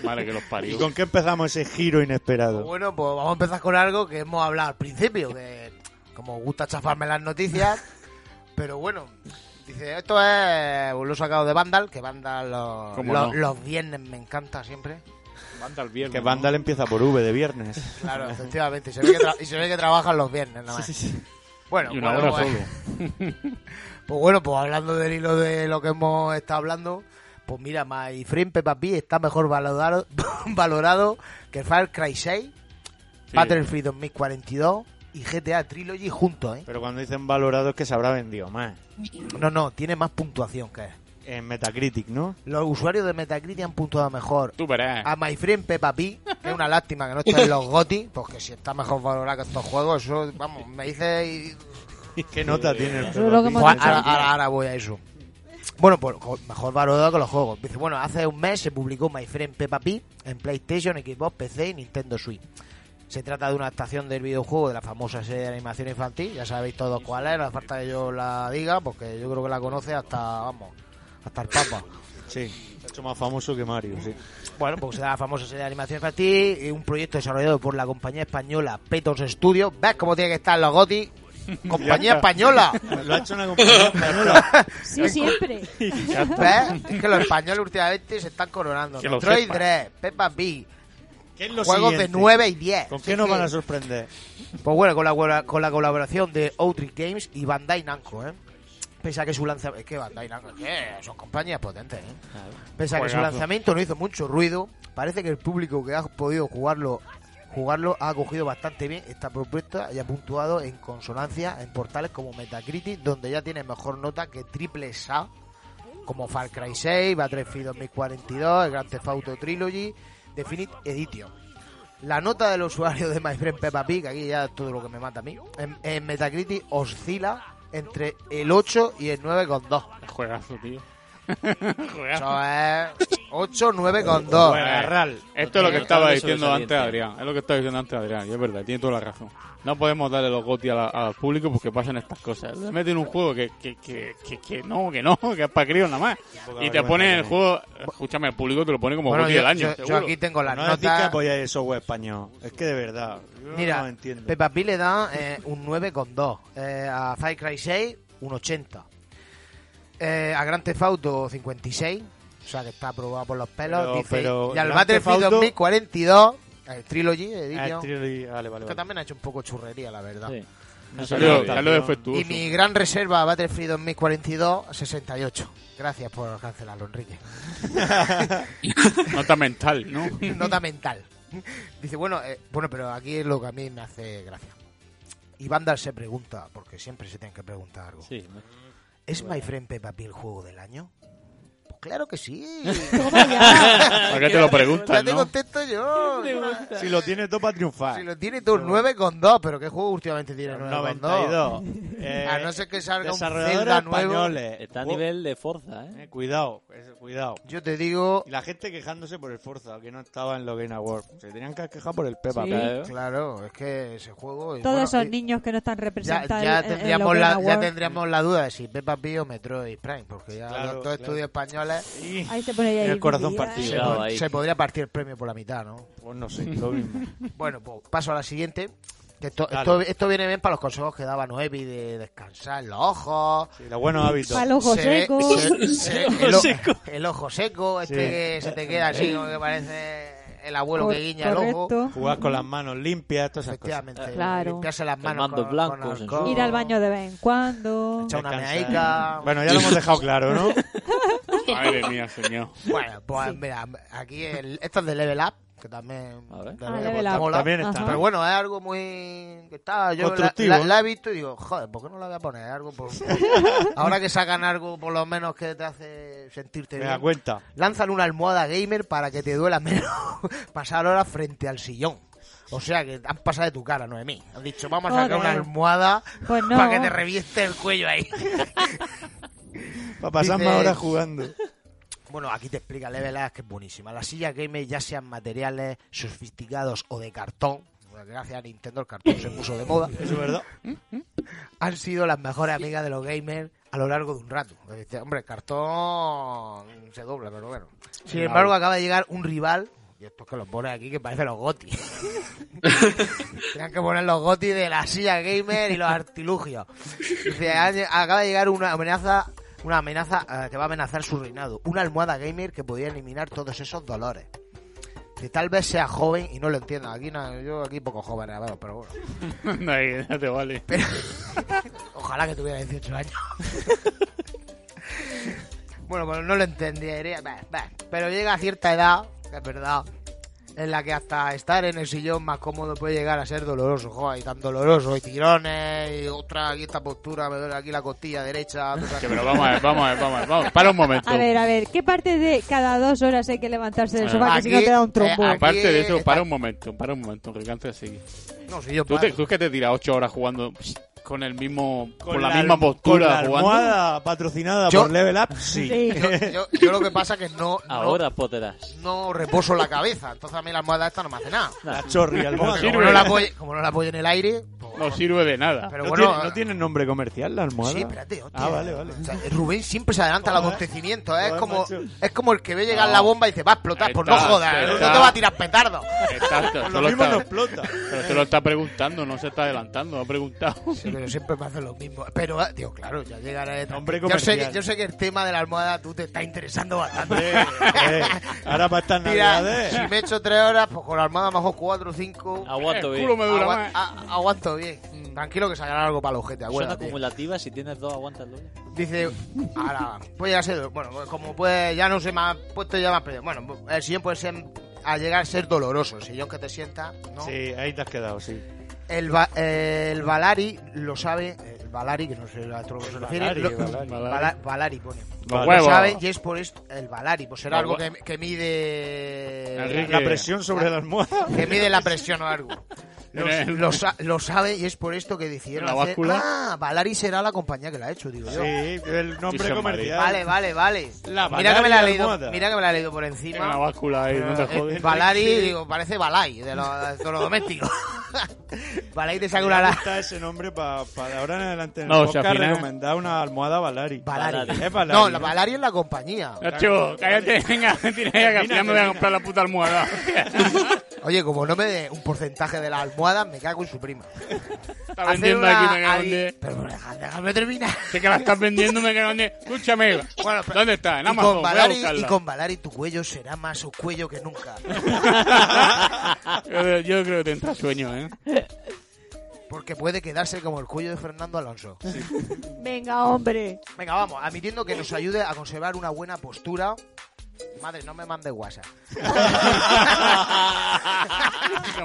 Vale, que los parió. ¿Y con qué empezamos ese giro inesperado? Bueno, pues vamos a empezar con algo que hemos hablado al principio, que como gusta chafarme las noticias, pero bueno, dice, esto es, lo he sacado de Vandal, que Vandal los, ¿Cómo los- no? los viernes me encanta siempre. Vandal viernes, Que ¿no? Vandal empieza por V de viernes. Claro, efectivamente, y se ve que, tra- y se ve que trabajan los viernes nada más. Bueno, Y una bueno, hora pues- solo. Pues bueno, pues hablando del hilo de lo que hemos estado hablando, pues mira, My Friend Peppa Pig está mejor valorado, valorado que Far Cry 6, Battlefield 2042 y GTA Trilogy juntos, ¿eh? Pero cuando dicen valorado es que se habrá vendido más. No, no, tiene más puntuación que él. En Metacritic, ¿no? Los usuarios de Metacritic han puntuado mejor Tú verás. a My Friend Peppa Pig, que es una lástima que no esté en los GOTY, porque si está mejor valorado que estos juegos, eso, vamos, me dice... y- ¿Qué nota tiene el Eso es lo que Peppa hemos Pues dicho. ahora, ahora- ahora voy a eso. Bueno, pues jo- mejor valorado que los juegos. Dice, bueno, hace un mes se publicó My Friend Peppa Pig en PlayStation, Xbox, PC y Nintendo Switch. Se trata de una estación del videojuego de la famosa serie de animación infantil. Ya sabéis todos cuál es, no hace falta que yo la diga, porque yo creo que la conoce hasta, vamos, hasta el Papa. Pig? Sí, se ha hecho más famoso que Mario, sí. Bueno, pues será la famosa serie de animación infantil, eh, un proyecto desarrollado por la compañía española Petos Studios. ¿Ves cómo tiene que estar los GOTY? ¡Compañía española! Lo ha hecho una compañía española. Sí, siempre. ¿Ves? Es que los españoles últimamente se están coronando. Que lo Metroid sepa. 3, Peppa Pig, ¿Qué es lo juegos de siguiente? 9 y 10. ¿Con Sí, qué nos sí. van a sorprender? Pues bueno, con la, con la colaboración de Outreach Games y Bandai Namco, ¿eh? Pese a que su lanzamiento... Es que Bandai Namco, ¿qué? Son compañías potentes, ¿eh? Pese a que su Juegazo. lanzamiento no hizo mucho ruido, parece que el público que ha podido jugarlo jugarlo ha acogido bastante bien esta propuesta y ha puntuado en consonancia en portales como Metacritic, donde ya tiene mejor nota que Triple SA, como Far Cry 6, Battlefield 2042, el Grand Theft Auto Trilogy, Definite Edition. La nota del usuario de My Friend Peppa Pig, aquí ya es todo lo que me mata a mí, en, en Metacritic oscila entre el 8 y el 9,2. Juegazo, tío. Eso es 8, 9,2. Garral. Eh, Esto es lo que Tiene estaba algo diciendo sobresaliente. antes Adrián. Es lo que estaba diciendo antes Adrián. Y es verdad, tiene toda la razón. No podemos darle los goti a la- al público porque pasan estas cosas. Le meten un juego que, que, que, que, que no, que no, que es para críos nada más. Y te pone el juego, escúchame, el público te lo pone como Bueno, goti yo, del año. yo- yo seguro. aquí tengo las No es decir que notas. apoyáis el software español. Es que de verdad. yo no lo Mira, entiendo. Peppa Pig le da eh, un 9,2. Eh, a Far Cry 6, un 80. Eh, a Grand Theft Auto, 56. O sea, que está aprobado por los pelos. Pero- dice, pero y al Grand Battlefield Theft Auto- 2042, el Trilogy Ah, Edition, tri- vale, vale, que vale. también ha hecho un poco churrería, la verdad. Sí. No sé Salió, qué tal, salió tío. defectuoso. Y mi gran reserva Battlefield 2042, 68. Gracias por cancelarlo, Enrique. Nota mental, ¿no? Nota mental. Dice, bueno, eh, bueno, pero aquí es lo que a mí me hace gracia. Y Vandal se pregunta, porque siempre se tienen que preguntar algo. Sí. ¿Es My Friend Peppa Pig el juego del año? Pues claro que sí. ¿Para qué te lo ya preguntas, te Pues no? contesto yo. Si lo tiene todo para triunfar. Si lo tiene tú, 9,2, pero ¿qué juego últimamente tiene 9,2? 92. Eh, A no ser que salga un desarrolladores Zelda nuevo. españoles. Está a Cu- nivel de fuerza, ¿eh? eh, cuidado, eh, cuidado. Yo te digo, Y la gente quejándose por el Forza, que no estaba en los Game Awards. Se tenían que quejar por el Peppa Sí. Pig. Claro. claro, es que ese juego... y Todos bueno, esos y- niños que no están Ya, representados. ya, en- en tendríamos los la, Game ya Awards. tendríamos la duda de si Peppa Pig o Metroid Prime, porque ya Claro, los dos claro. estudios españoles Y, Ahí se pone ya El ahí, corazón mira. partido. se, Cuidado po- ahí. se podría partir el premio por la mitad, ¿no? pues no sé, lo mismo. Bueno, pues paso a la siguiente. que Esto, Dale. esto, esto viene bien para los consejos que daba Noevi de descansar los ojos. Sí, los buenos hábitos. Para los se ve- secos. se- se- el, o- el ojo seco, este Sí. que se te queda así como que parece el abuelo que guiña el ojo. Correcto. Jugar con las manos limpias, todas esas cosas. Efectivamente, Claro. limpiarse las manos Quemando con, blancos con en su- alcohol, Ir al baño de vez en cuando. echar una Descansar. meaica. Bueno, ya lo hemos dejado claro, ¿no? Madre mía, señor. Bueno, pues mira, aquí el, esto es de Level Up, que también... A ver. de Ah, Level Level Up Up. mola. También está. Ajá. Pero bueno, es algo muy... que Está, yo la, Constructivo. ¿eh? la- la he visto y digo, joder, ¿por qué no la voy a poner? Algo por... Ahora que sacan algo por lo menos que te hace sentirte Me da bien. cuenta. Lanzan una almohada gamer para que te duela menos pasar horas frente al sillón. O sea que han pasado de tu cara, no de mí. Han dicho, vamos a sacar Joder. una almohada Pues no. para que te reviente el cuello ahí. Para pasar Dice- más horas jugando. Bueno, aquí te explica Level Up que es buenísima. Las sillas gamer, ya sean materiales sofisticados o de cartón, porque gracias a Nintendo el cartón se puso de moda, ¿Mm? Eso es verdad. han sido las mejores amigas de los gamers a lo largo de un rato. Este, hombre, el cartón se dobla, pero bueno. Sin embargo, acaba de llegar un rival, y esto que lo pone aquí, que parece los goti. Tenían que poner los goti de la silla gamer y los artilugios. Dice, "Ha lle- acaba de llegar una amenaza, una amenaza eh, que va a amenazar su reinado. Una almohada gamer que podría eliminar todos esos dolores. Que tal vez sea joven y no lo entienda. Aquí no- yo aquí poco joven, a ver, pero bueno. no, ahí, no te vale. Ojalá que tuviera 18 años. bueno, pues no lo entendería. bah, bah. Pero llega a cierta edad, que es verdad, en la que hasta estar en el sillón más cómodo puede llegar a ser doloroso. Joder, y tan doloroso. Y tirones, y otra, aquí esta postura, me duele aquí la costilla derecha. otra- Que, pero vamos a ver, vamos a ver, vamos a ver. Vamos, para un momento. A ver, a ver, ¿qué parte de cada dos horas hay que levantarse del Ah, sofá que si no aquí, te da un trombo? eh, aquí- Aparte de Aquí eso, está- para un momento, para un momento, que alcance a seguir. No, si yo ¿Tú, paro. te, tú es que te tiras ocho horas jugando con el mismo, con, la, alm- misma postura Con la jugando? almohada patrocinada Yo- por Level Up, sí. Sí. Yo, yo- yo lo que pasa es que no, no- Ahora poderás. no, reposo la cabeza. Entonces a mí la almohada esta no me hace nada. La chorri almohada. sirve. Como no la apoye, como no la apoye en el aire, pues, No sirve de nada. pero No, bueno, tiene, no tiene nombre comercial la almohada. Sí, espérate, hostia. Ah, vale, vale. O sea, Rubén siempre se adelanta al Joder. acontecimiento, ¿eh? es Joder, como macho. Ah. es como el que ve llegar la bomba y dice, va a explotar, Ahí pues está, no jodas, ahí no te está. va a tirar petardo. Exacto, Lo tú lo mismo no estás- explota. pero te lo está preguntando, no se está adelantando, ha preguntado. Sí, pero siempre me hacen lo mismo. Pero, eh, digo, claro, ya llegará el Hombre yo sé, que, comercial. yo sé que el tema de la almohada tú te está interesando bastante. Eh, ahora para estas Mira, navidades. si me echo tres horas, pues con la almohada mejor cuatro o cinco. Eh, Aguanto el bien. culo me dura Agua- más. a- aguanto bien. Mm. Tranquilo que sacará algo para los gente, Son acuérdate. acumulativas, si tienes dos, aguantas luego. Dice, ahora, puede ya ser, bueno, pues como puede, ya no se me ha puesto ya más pues pedo. Bueno, el sillón puede ser, a llegar a ser doloroso, el sillón que te sienta, ¿no? Sí, ahí te has quedado, sí. El, va- eh, el Valari lo sabe, el Valari, que no sé a otro que se refiere. Valari, lo- Valari. Vala- Valari pone. Los Vale. Lo huevos. sabe y es por esto, el Valari, pues será Los algo que, hue- que mide... Enrique. La presión sobre la almohada. Que mide la presión o algo. Lo, En el- lo sa- lo sabe y es por esto que decidieron En la hacer... báscula. Ah, Valari será la compañía que la ha hecho, digo Sí, yo. el nombre San comercial. Vale, vale, vale. La mira que me la he Valari leído, Almohada. mira que me la he leído por En la encima. báscula ahí, no te Eh, jodes. Valari, digo, parece Balai de los de lo domésticos. Valai te saca una Me la... gusta ese nombre para ahora en adelante. En el No, podcast si al final- recomendar una almohada Valari. Valari. eh, Es Valari. No, la Valari es la compañía. Nacho, cállate, venga, tira ya que al final me voy a comprar la puta almohada. Oye, como no me dé un porcentaje de las almohadas, me cago en su prima. Está Hacer vendiendo una aquí, me cago en ahí- diez. Pero deja- déjame terminar. Sé que la estás vendiendo, me cago en diez. Escúchame, Bueno, pero- ¿dónde está? En Y Amazon, con, voy a Valari, y buscarla. con Valari tu cuello será más su cuello que nunca. Yo, yo creo que te entra sueño, ¿eh? Porque puede quedarse como el cuello de Fernando Alonso. Venga, hombre. Venga, vamos, admitiendo que nos ayude a conservar una buena postura. Madre, no me mandes WhatsApp. Chica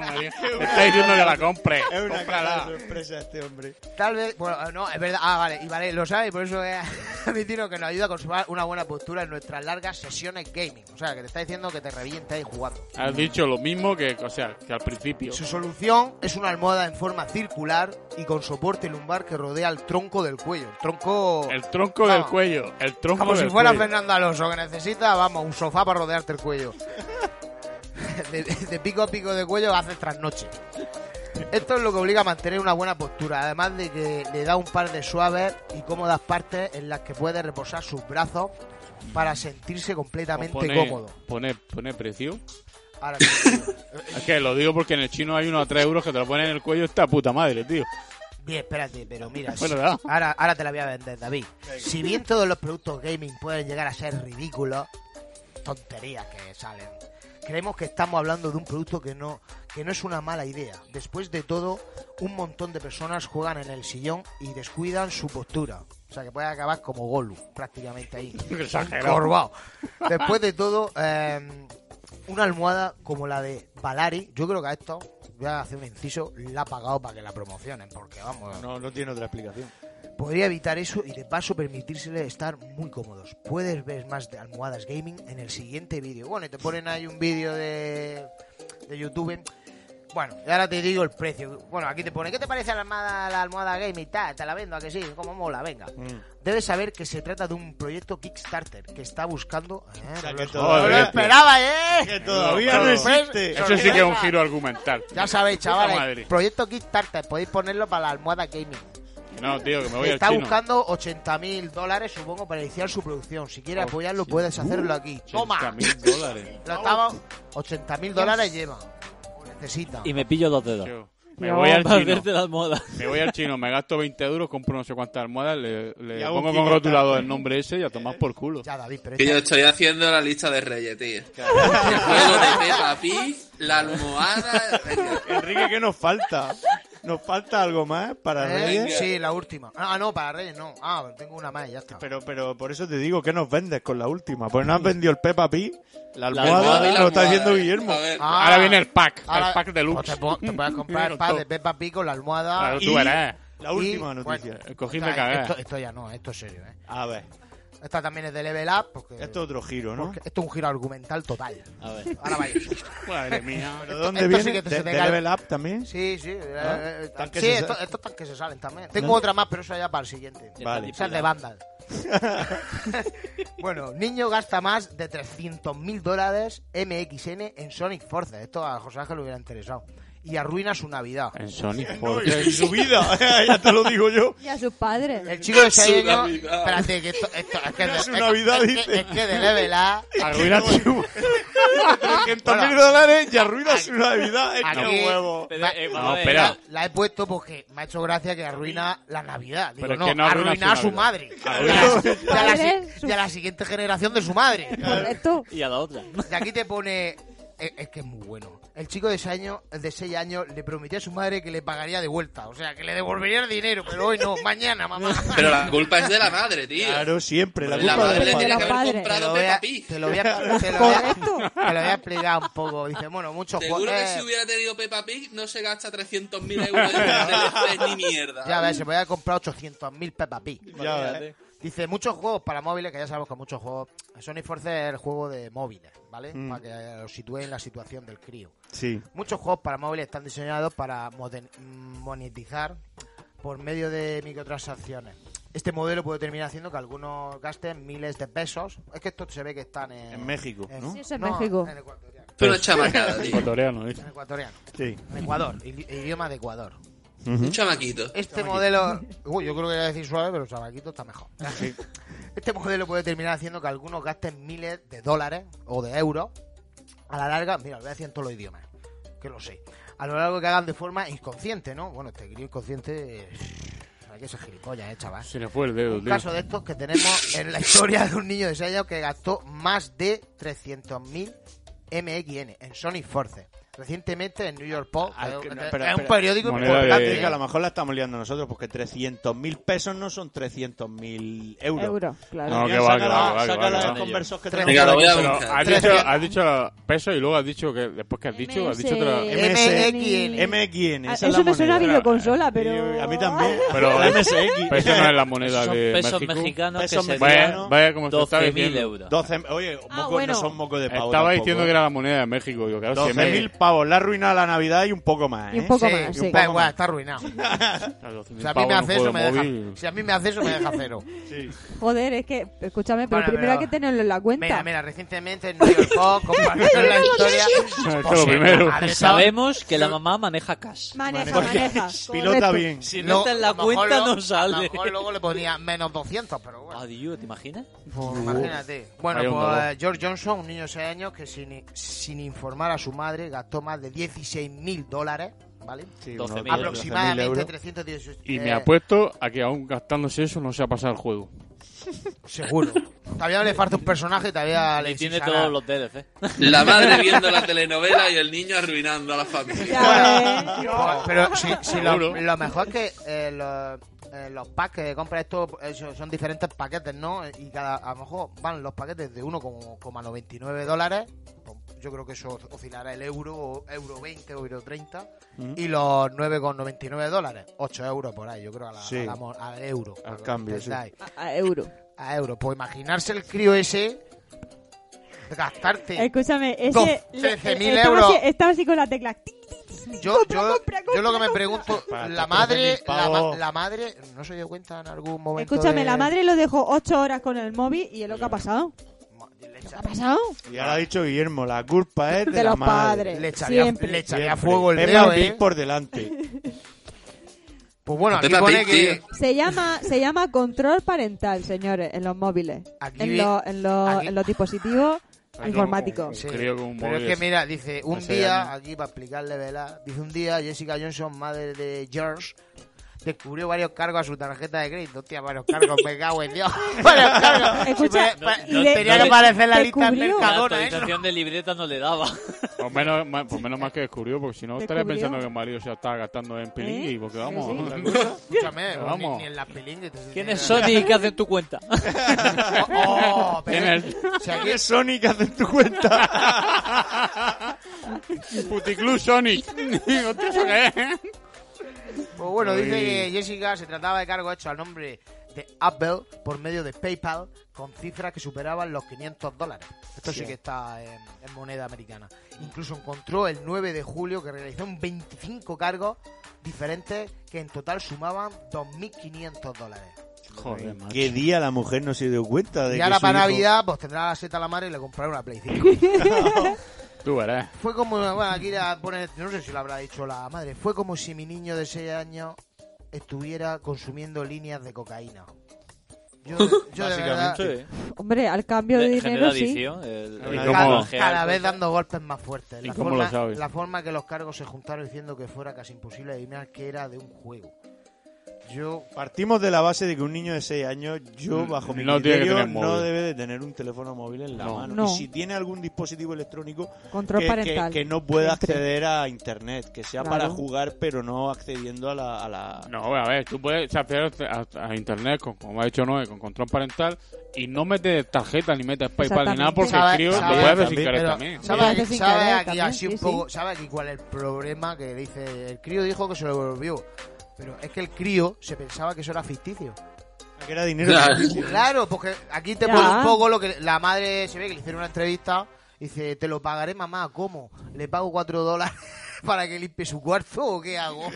María, Te está diciendo que la compre. Es una cara Cómprala. de sorpresa este hombre. Tal vez, bueno, no, es verdad. Ah, vale, y vale, lo sabe, y por eso he admitido que nos ayuda a conservar una buena postura en nuestras largas sesiones gaming. O sea, que te está diciendo que te revientes ahí jugando. Has dicho lo mismo que, o sea, que al principio. Su solución es una almohada en forma circular y con soporte lumbar que rodea el tronco del cuello. El tronco. El tronco No. del cuello. El tronco Como si del fuera cuello. Fernando Alonso, que necesita, vamos, un sofá para rodearte el cuello. De, de pico a pico de cuello hace trasnoche. Esto es lo que obliga a mantener una buena postura, además de que le da un par de suaves y cómodas partes en las que puede reposar sus brazos para sentirse completamente cómodo. Pues Pone, pone precio. Ahora sí. Es que lo digo porque en el chino hay uno a 3 euros que te lo ponen en el cuello. Esta puta madre, tío. Bien, espérate, pero mira, Bueno, si- da. ahora, ahora te la voy a vender, David. Si bien todos los productos gaming pueden llegar a ser ridículos, tonterías que salen, creemos que estamos hablando de un producto que no, que no es una mala idea. Después de todo, un montón de personas juegan en el sillón y descuidan su postura. O sea, que puede acabar como Golu, prácticamente ahí. Exagerado. Encorvado. Después de todo, eh, una almohada como la de Valari, yo creo que a esto, voy a hacer un inciso, la ha pagado para que la promocionen, porque vamos, No, no tiene otra explicación. Podría evitar eso y de paso permitírsele estar muy cómodos. Puedes ver más de almohadas gaming en el siguiente vídeo. Bueno, y te ponen ahí un vídeo de, de YouTube Bueno, y ahora te digo el precio. Bueno, aquí te pone, ¿qué te parece la almohada, la almohada gaming? Ta, te la vendo, ¿a que sí? ¿Cómo mola? Venga. Mm. Debes saber que se trata de un proyecto Kickstarter que está buscando... Eh, sea, no que lo- todo- no lo esperaba, ¿eh? Que todavía no existe. Eso sí que es un giro argumental. Ya sabéis, Puta madre. chavales, proyecto Kickstarter, podéis ponerlo para la almohada gaming. No, tío, que me voy Está al chino. buscando 80 mil dólares, supongo, para iniciar su producción. Si quieres apoyarlo, puedes hacerlo Uh, aquí. Toma, 80.000 dólares. lo estamos. 80 mil dólares lleva. Necesita. Y me pillo los dedos. tío. Me voy al Para chino. hacerte la almohada. Me voy al chino, me gasto 20 euros, compro no sé cuántas almohadas, le, le Y hago pongo un con Kickstarter. rotulador el nombre ese y a tomar por culo. Ya, David, pero este- Que yo esta- estoy haciendo la lista de reyes, tío. El juego de Peppa Pig, la almohada. Enrique, ¿qué nos falta? ¿Nos falta algo más para ¿Eh? Reyes? Sí, la última. Ah, no, para Reyes no. Ah, tengo una más, ya está. Pero, pero por eso te digo, ¿qué nos vendes con la última? Pues no has vendido el Peppa Pig, la La almohada, almohada y la lo está almohada. diciendo Guillermo. A ver, Ah, Ahora viene el pack, ahora- el pack pues deluxe. te, po- te puedes comprar el pack de Peppa Pig con la almohada. Claro, Y tú verás. La última y- noticia. Eh, bueno, Cojín esta- de cagar. Esto, esto ya no, esto es serio, ¿eh? A ver, Esta también es de Level Up. Porque, esto es otro giro, ¿no? porque esto es un giro argumental total. A ver. Ahora vais. Madre mía. ¿Pero dónde esto sí viene? que te- ¿De, se te de cae. Level Up también? Sí, sí. eh, eh, Tan que sí, se esto- sa- estos tanques se salen también. Tengo otra más, pero eso ya para el siguiente. Vale. Esa es de Vandal. bueno, niño gasta más de 300 mil dólares MXN en Sonic Forces. Esto a José Ángel le hubiera interesado. Y arruina su Navidad. En Sony, No, joder. y su vida, ya te lo digo yo. Y a sus padres. El chico de 6 Su años. Navidad. Espérate, que esto, esto es que de, Su Navidad, es que- dice. es que de level A. Arruina tu... 300 mil dólares y arruinas una vida. Es que aquí- huevo. Eh, vamos No, a ver. espera. La, la he puesto porque me ha hecho gracia que arruina la Navidad. Digo, Pero es no, que no arruina arruina a su su Navidad. madre. Arruina Y a- su- y a la Padre, si- su- y a la siguiente generación de su madre. Correcto. Y a la otra. Y aquí te pone. Es, es que es muy bueno. El chico de 6 años, de seis años le prometió a su madre que le pagaría de vuelta. O sea, que le devolvería el dinero, pero hoy no, mañana, mamá. Pero la culpa es de la madre, tío. Claro, siempre. La la culpa madre de le los de tiene los que padres. haber padres. Te lo comprado voy a, Peppa Pig. te lo voy a, te lo voy a- te lo voy a explicar un poco. Dice, bueno, eh, muchos Seguro que si juegos. hubiera tenido Peppa Pig no se gasta 300.000 euros en DLCs ni mierda. Ya ves, se me voy a comprar 800.000 Peppa Pig. Ya ves. Dice, muchos juegos para móviles, que ya sabemos que muchos juegos... Sonic Force es el juego de móviles, ¿vale? Mm. Para que lo sitúe en la situación del crío. Sí. Muchos juegos para móviles están diseñados para moden- monetizar por medio de microtransacciones. Este modelo puede terminar haciendo que algunos gasten miles de pesos. Es que esto se ve que están en, En México, ¿no? Sí, eso es no, México. en ecuatoriano. Fue una chamacada, tío. Ecuatoriano, dice. En ecuatoriano. Sí. En Ecuador. idi- Idioma de Ecuador. Un chamaquito. Este modelo... Uy, yo creo que iba a decir suave, pero sabaquito está mejor. Sí. Este modelo puede terminar haciendo que algunos gasten miles de dólares o de euros a la larga. Mira, lo voy a decir en todos los idiomas, que lo sé. A lo largo que hagan de forma inconsciente, ¿no? Bueno, este crío inconsciente. eh, Hay que ser gilipollas, eh, chaval. Se le fue el dedo, Un tío. caso de estos que tenemos en la historia de un niño de 6 años que gastó más de 300.000 MXN en Sonic Force. Recientemente en New York Post, Ah, que es- que no, es pero- un pero- periódico Moneda importante. de- Que a lo mejor la estamos liando nosotros porque 300.000 pesos no son 300.000 euros. Euros, claro. No, que va, que va, que va, que va, que va. conversos que Venga, tenemos lo voy a aquí. buscar. Pero has dicho, has dicho peso y luego has dicho que después que has dicho, has dicho otra. MS. MXN. MXN. Ah, Eso esa es la me suena a moneda. videoconsola, Y pero... A mí también. Pero La MSX. peso no es la moneda eh, Son de pesos México. mexicanos Pesos que mexicanos. serían Vaya, vaya eh, como se está 12.000 diciendo. euros. 12, oye, moco- Ah, bueno. no son moco de pavo. Estaba tampoco. ¿eh? diciendo que era la moneda de México. Digo, claro, si es 12.000 México- pavos. La ruina de la Navidad y un poco más. ¿eh? Y un poco Sí, más, sí. da igual, está arruinado. Claro, 12.000 Si a mí pavos me en hace un eso, juego me de deja. móvil. Si a mí me hace eso, me deja cero. Sí. Joder, es que, escúchame, pero Bueno, primero hay pero- que tenerlo en la cuenta. Mira, mira, recientemente en New York Post compartieron la historia. pues, Esto es lo primero. madre, Sabemos que la mamá maneja cash. Maneja, Porque maneja. pilota correcto. bien. Si Lo- no está en la a lo mejor cuenta, lo- no sale. A lo mejor luego le ponía menos 200, pero bueno. Adiós, Ah, ¿te imaginas? Pues imagínate. Bueno, Vaya un dolor. pues George Johnson, un niño de 6 años que sin, sin informar a su madre gastó más de 16 mil dólares, ¿vale? Sí, unos 12.000 euros. 12.000 Aproximadamente euros. 318. Y eh, me apuesto a que aún gastándose eso no se ha pasado el juego. Seguro. Todavía le falta un personaje, todavía le Y tiene exige todos nada. los DLC. La madre viendo la telenovela y el niño arruinando a la familia. Ya ves. Pues, Pero si, si lo, Seguro. lo mejor es que eh, los, eh, los packs que compra esto eh, son- son diferentes paquetes, ¿no? Y cada, a lo mejor van los paquetes de 1,99 dólares. pues Yo creo que eso oscilará el euro, o euro 20 o euro 30. Mm. Y los 9,99 dólares. 8 euros por ahí, yo creo, a la- Sí. a la mon- al euro. Al a lo cambio, que entendáis. A, a euro. A euro. Pues imaginarse el crío ese gastarte. Escúchame, ese... Dos, le- 13.000 estaba euros. así- Estaba así con la tecla. tic, tic, tic, Yo, Compra, yo, compra, yo lo que me compra, pregunto, Para la 14.000 madre, la, ma- pavos. la madre, ¿no se dio cuenta en algún momento? Escúchame, de- la madre lo dejó ocho horas con el móvil y es lo que ha pasado. Ma- Le ¿Qué ha echa- pasado? Y ahora ha dicho Guillermo, la culpa es de, De la los madre. padres. le echaría, Siempre. le echaría Siempre. fuego el Pepe dedo, Pig ¿eh? por delante. Pues bueno, aquí Pepe pone Pig, que... tío. Se llama, se llama control parental, señores, en los móviles, Aquí en, vi- los- en los- aquí- en los dispositivos informáticos. Sí, Pues Creo que un pero es móvil que es- Pues mira, dice, un ese día, año. aquí para explicarle, ¿verdad? Dice, un día Jessica Johnson, madre de George, descubrió varios cargos a su tarjeta de crédito. Hostia, varios cargos, me cago en Dios. Varios cargos. Escucha, Sí, pa- pa- y tenía de- que ¿dónde- aparecer la lista en descubrió? La Mercadona, ¿eh? actualización de libreta no le daba. Por menos, ma- pues menos mal que descubrió, porque si no estaría Descubrió. pensando que Mario se estaba gastando en ¿Eh? pelín, porque vamos. Sí, sí. otra cosa. Escúchame, Vamos. ni, ni en las pelingues. te- ¿Quién es Sony y qué hace en tu cuenta? Oh, pero- ¿Quién es? si aquí- ¿Qué Sonic hace en tu cuenta? Puticlub Sonic. Hostia, ¿eso qué es? Pues bueno, Uy. dice que Jessica se trataba de cargo hecho al nombre de Apple por medio de PayPal con cifras que superaban los 500 dólares. Esto sí, que está en, en moneda americana. Incluso encontró el 9 de julio que realizaron 25 cargos diferentes que en total sumaban 2.500 dólares. Joder, macho. ¿Qué día la mujer no se dio cuenta de Y que ahora su para hijo- Navidad pues tendrá la seta a la madre y le comprará una Play 5. Tú verás. fue como, bueno, aquí la pone, no sé si lo habrá dicho la madre, fue como si mi niño de 6 años estuviera consumiendo líneas de cocaína. Yo, yo de verdad, Sí. Hombre, al cambio de ¿eh? dinero Genera sí. adicción. el- pues, ¿Y el cómo? cada, lenguaje cada alto. vez dando golpes más fuertes. ¿Y La cómo forma, lo sabes? la forma que los cargos se juntaron diciendo que fuera casi imposible adivinar que era de un juego. Yo, Partimos de la base de que un niño de 6 años, yo Mm, bajo mi no tiene que criterio, tener no móvil. debe de tener un teléfono móvil en la No. mano. No. Y si tiene algún dispositivo electrónico, Control que, que, parental. que no pueda Siempre. acceder a internet, que sea para Claro. jugar, pero no accediendo a la... a la- No, a ver, tú puedes chapear a, a internet, con, como ha dicho Noé, con control parental, y no metes tarjeta ni metes PayPal ni nada, porque Exactamente. el crío Sabe- lo sabe- puedes desincargar pero, también. Lo ¿sabe, hace sin sabe querer aquí también, así un sí, poco, sabe aquí cuál es el problema que dice, el crío dijo que se lo volvió, pero es que el crío se pensaba que eso era ficticio. que era dinero. Claro. Claro, porque aquí te Ya. pone un poco lo que la madre se ve que le hicieron una entrevista. y Dice, te lo pagaré mamá, ¿cómo? ¿Le pago cuatro dólares para que limpie su cuarto o qué hago?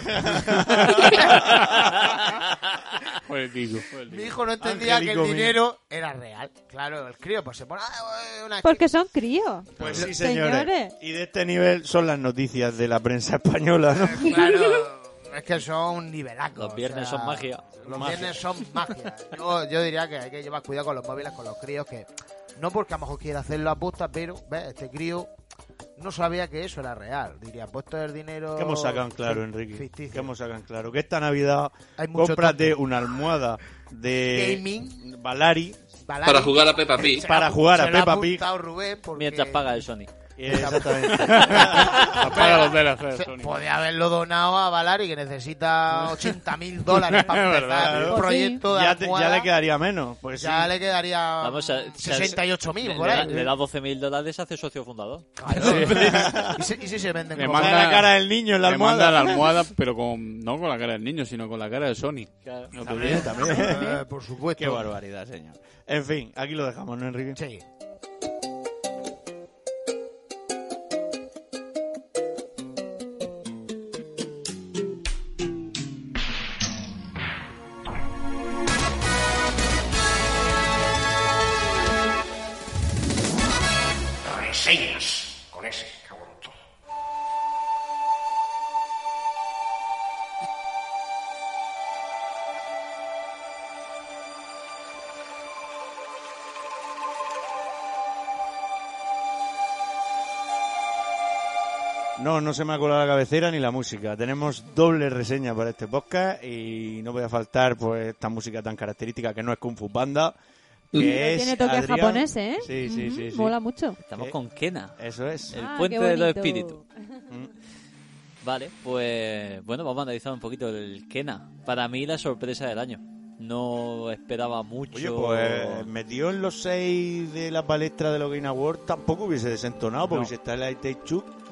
Joder, tío, joder, tío. Mi hijo no entendía que Angélico el mío. dinero era real. Claro, el crío pues se pone... "Ah, una Porque son críos. Pues sí, Señores. señores. Y de este nivel son las noticias de la prensa española, ¿no? Claro, es que son un nivelaco. Los viernes son magia. Los Magia. viernes son magia. Yo, yo diría que hay que llevar cuidado con los móviles, con los críos, que no porque a lo mejor quiera hacerlo a posta, pero ¿ves? este crío no sabía que eso era real. Diría, pues esto es el dinero. ¿Qué hemos sacado en claro, fi- Enrique? ficticio. ¿Qué hemos sacado en claro? Que esta Navidad Hay mucho cómprate una almohada de Gaming. Valari Balani, Para jugar a Peppa Pig. para jugar se a lo ha Peppa Pig. Eh, apuntado Rubén porque- Mientras paga el Sony. Exactamente. Apaga los DLC, Se- Sony. podía haberlo donado a Valari que necesita 80 mil dólares para empezar Verdad, Pues un ¿no? proyecto de ya, te- almohada. ya le quedaría menos. Pues Ya sí. le quedaría Vamos a- 68 mil, Le, por le ahí. da- le da 12.000 dólares, hace socio fundador. Claro. ¿Y, si, y si se venden Le como- Manda la cara del niño en la Le manda almohada. la almohada, pero con, no con la cara del niño, sino con la cara de Sony. No te olvides. Eh, por supuesto. Qué barbaridad, señor. En fin, aquí lo dejamos, ¿no, Enrique? Sí. Reseñas con ese cabrón. No, no se me ha colado la cabecera ni la música. Tenemos doble reseña para este podcast y no voy a faltar pues esta música tan característica que no es Kung Fu Panda, que es Tiene toque Adrián- japonés, ¿eh? Sí, sí, Ujú, sí, sí. Mola mucho. Estamos Eh. con Kena. Eso es. El Ah, puente qué de los bonito. espíritus. Vale, pues bueno, vamos a analizar un poquito el Kena. Para mí la sorpresa del año. No esperaba mucho. Oye, pues metió en los seis de la palestra de los Game Awards, tampoco hubiese desentonado porque No. si está el Light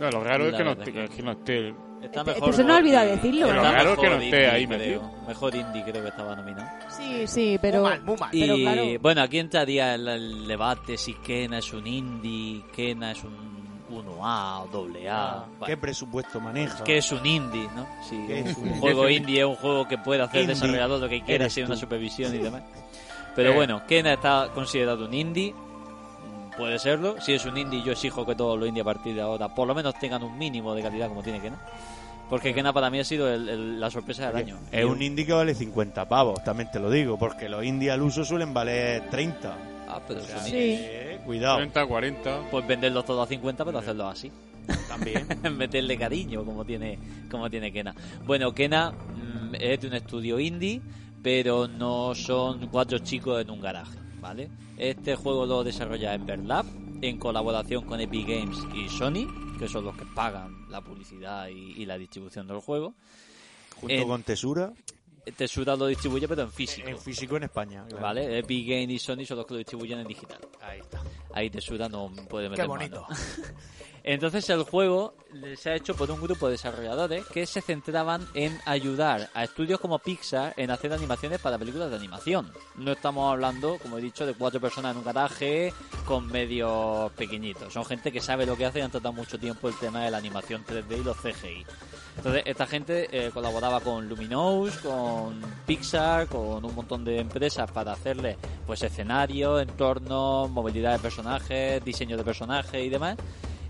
No, lo raro es La que no, verdad esté- que- es que no esté. Está Este- mejor este se me ha olvidado indie. decirlo, Pero Está claro mejor que no esté indie, ahí creo. Mejor indie creo que estaba nominado. Sí, sí, pero... Muy mal, muy mal. Y Pero claro. bueno, aquí entraría el, el debate si Kena es un indie, Kena es un 1A o doble Ah, A. ¿Qué presupuesto maneja? que Ah, es un indie, ¿no? Si ¿Qué es un un- juego indie es un juego que puede hacer el Indie desarrollador lo que quiera eres sin una tú. Eh. supervisión y demás. Pero bueno, Kena está considerado un indie. mm, Puede serlo. Si es un indie, yo exijo que todos los indie a partir de ahora por lo menos tengan un mínimo de calidad como tiene Kena. Porque Kena para mí ha sido el- el- la sorpresa del año. Ah, Es un indie que vale 50 pavos, también te lo digo, porque los indie al uso suelen valer 30. Ah, pero es un Sí. indie. cuidado, 30, 40. Pues venderlos todos a 50, pero hacerlos así. también. meterle cariño como tiene como tiene Kena. Bueno, Kena mm, es de un estudio indie, pero no son cuatro chicos en un garaje, ¿vale? Este juego lo desarrolla Emberlab en colaboración con Epic Games y Sony, que son los que pagan la publicidad y, y la distribución del juego. Junto Eh, con Tesura, Tesura lo distribuye, pero en físico. en físico en España. claro. ¿Vale? Epic Games y Sony son los que lo distribuyen en digital. Ahí está. Ahí Tesura no puede meter Qué bonito. mano. Entonces el juego se ha hecho por un grupo de desarrolladores que se centraban en ayudar a estudios como Pixar en hacer animaciones para películas de animación. No estamos hablando, como he dicho, de cuatro personas en un garaje con medios pequeñitos. Son gente que sabe lo que hace y han tratado mucho tiempo el tema de la animación 3D y los CGI. Entonces, esta gente eh, colaboraba con Luminous, con Pixar, con un montón de empresas para hacerle pues escenarios, entornos, movilidad de personajes, diseño de personajes y demás.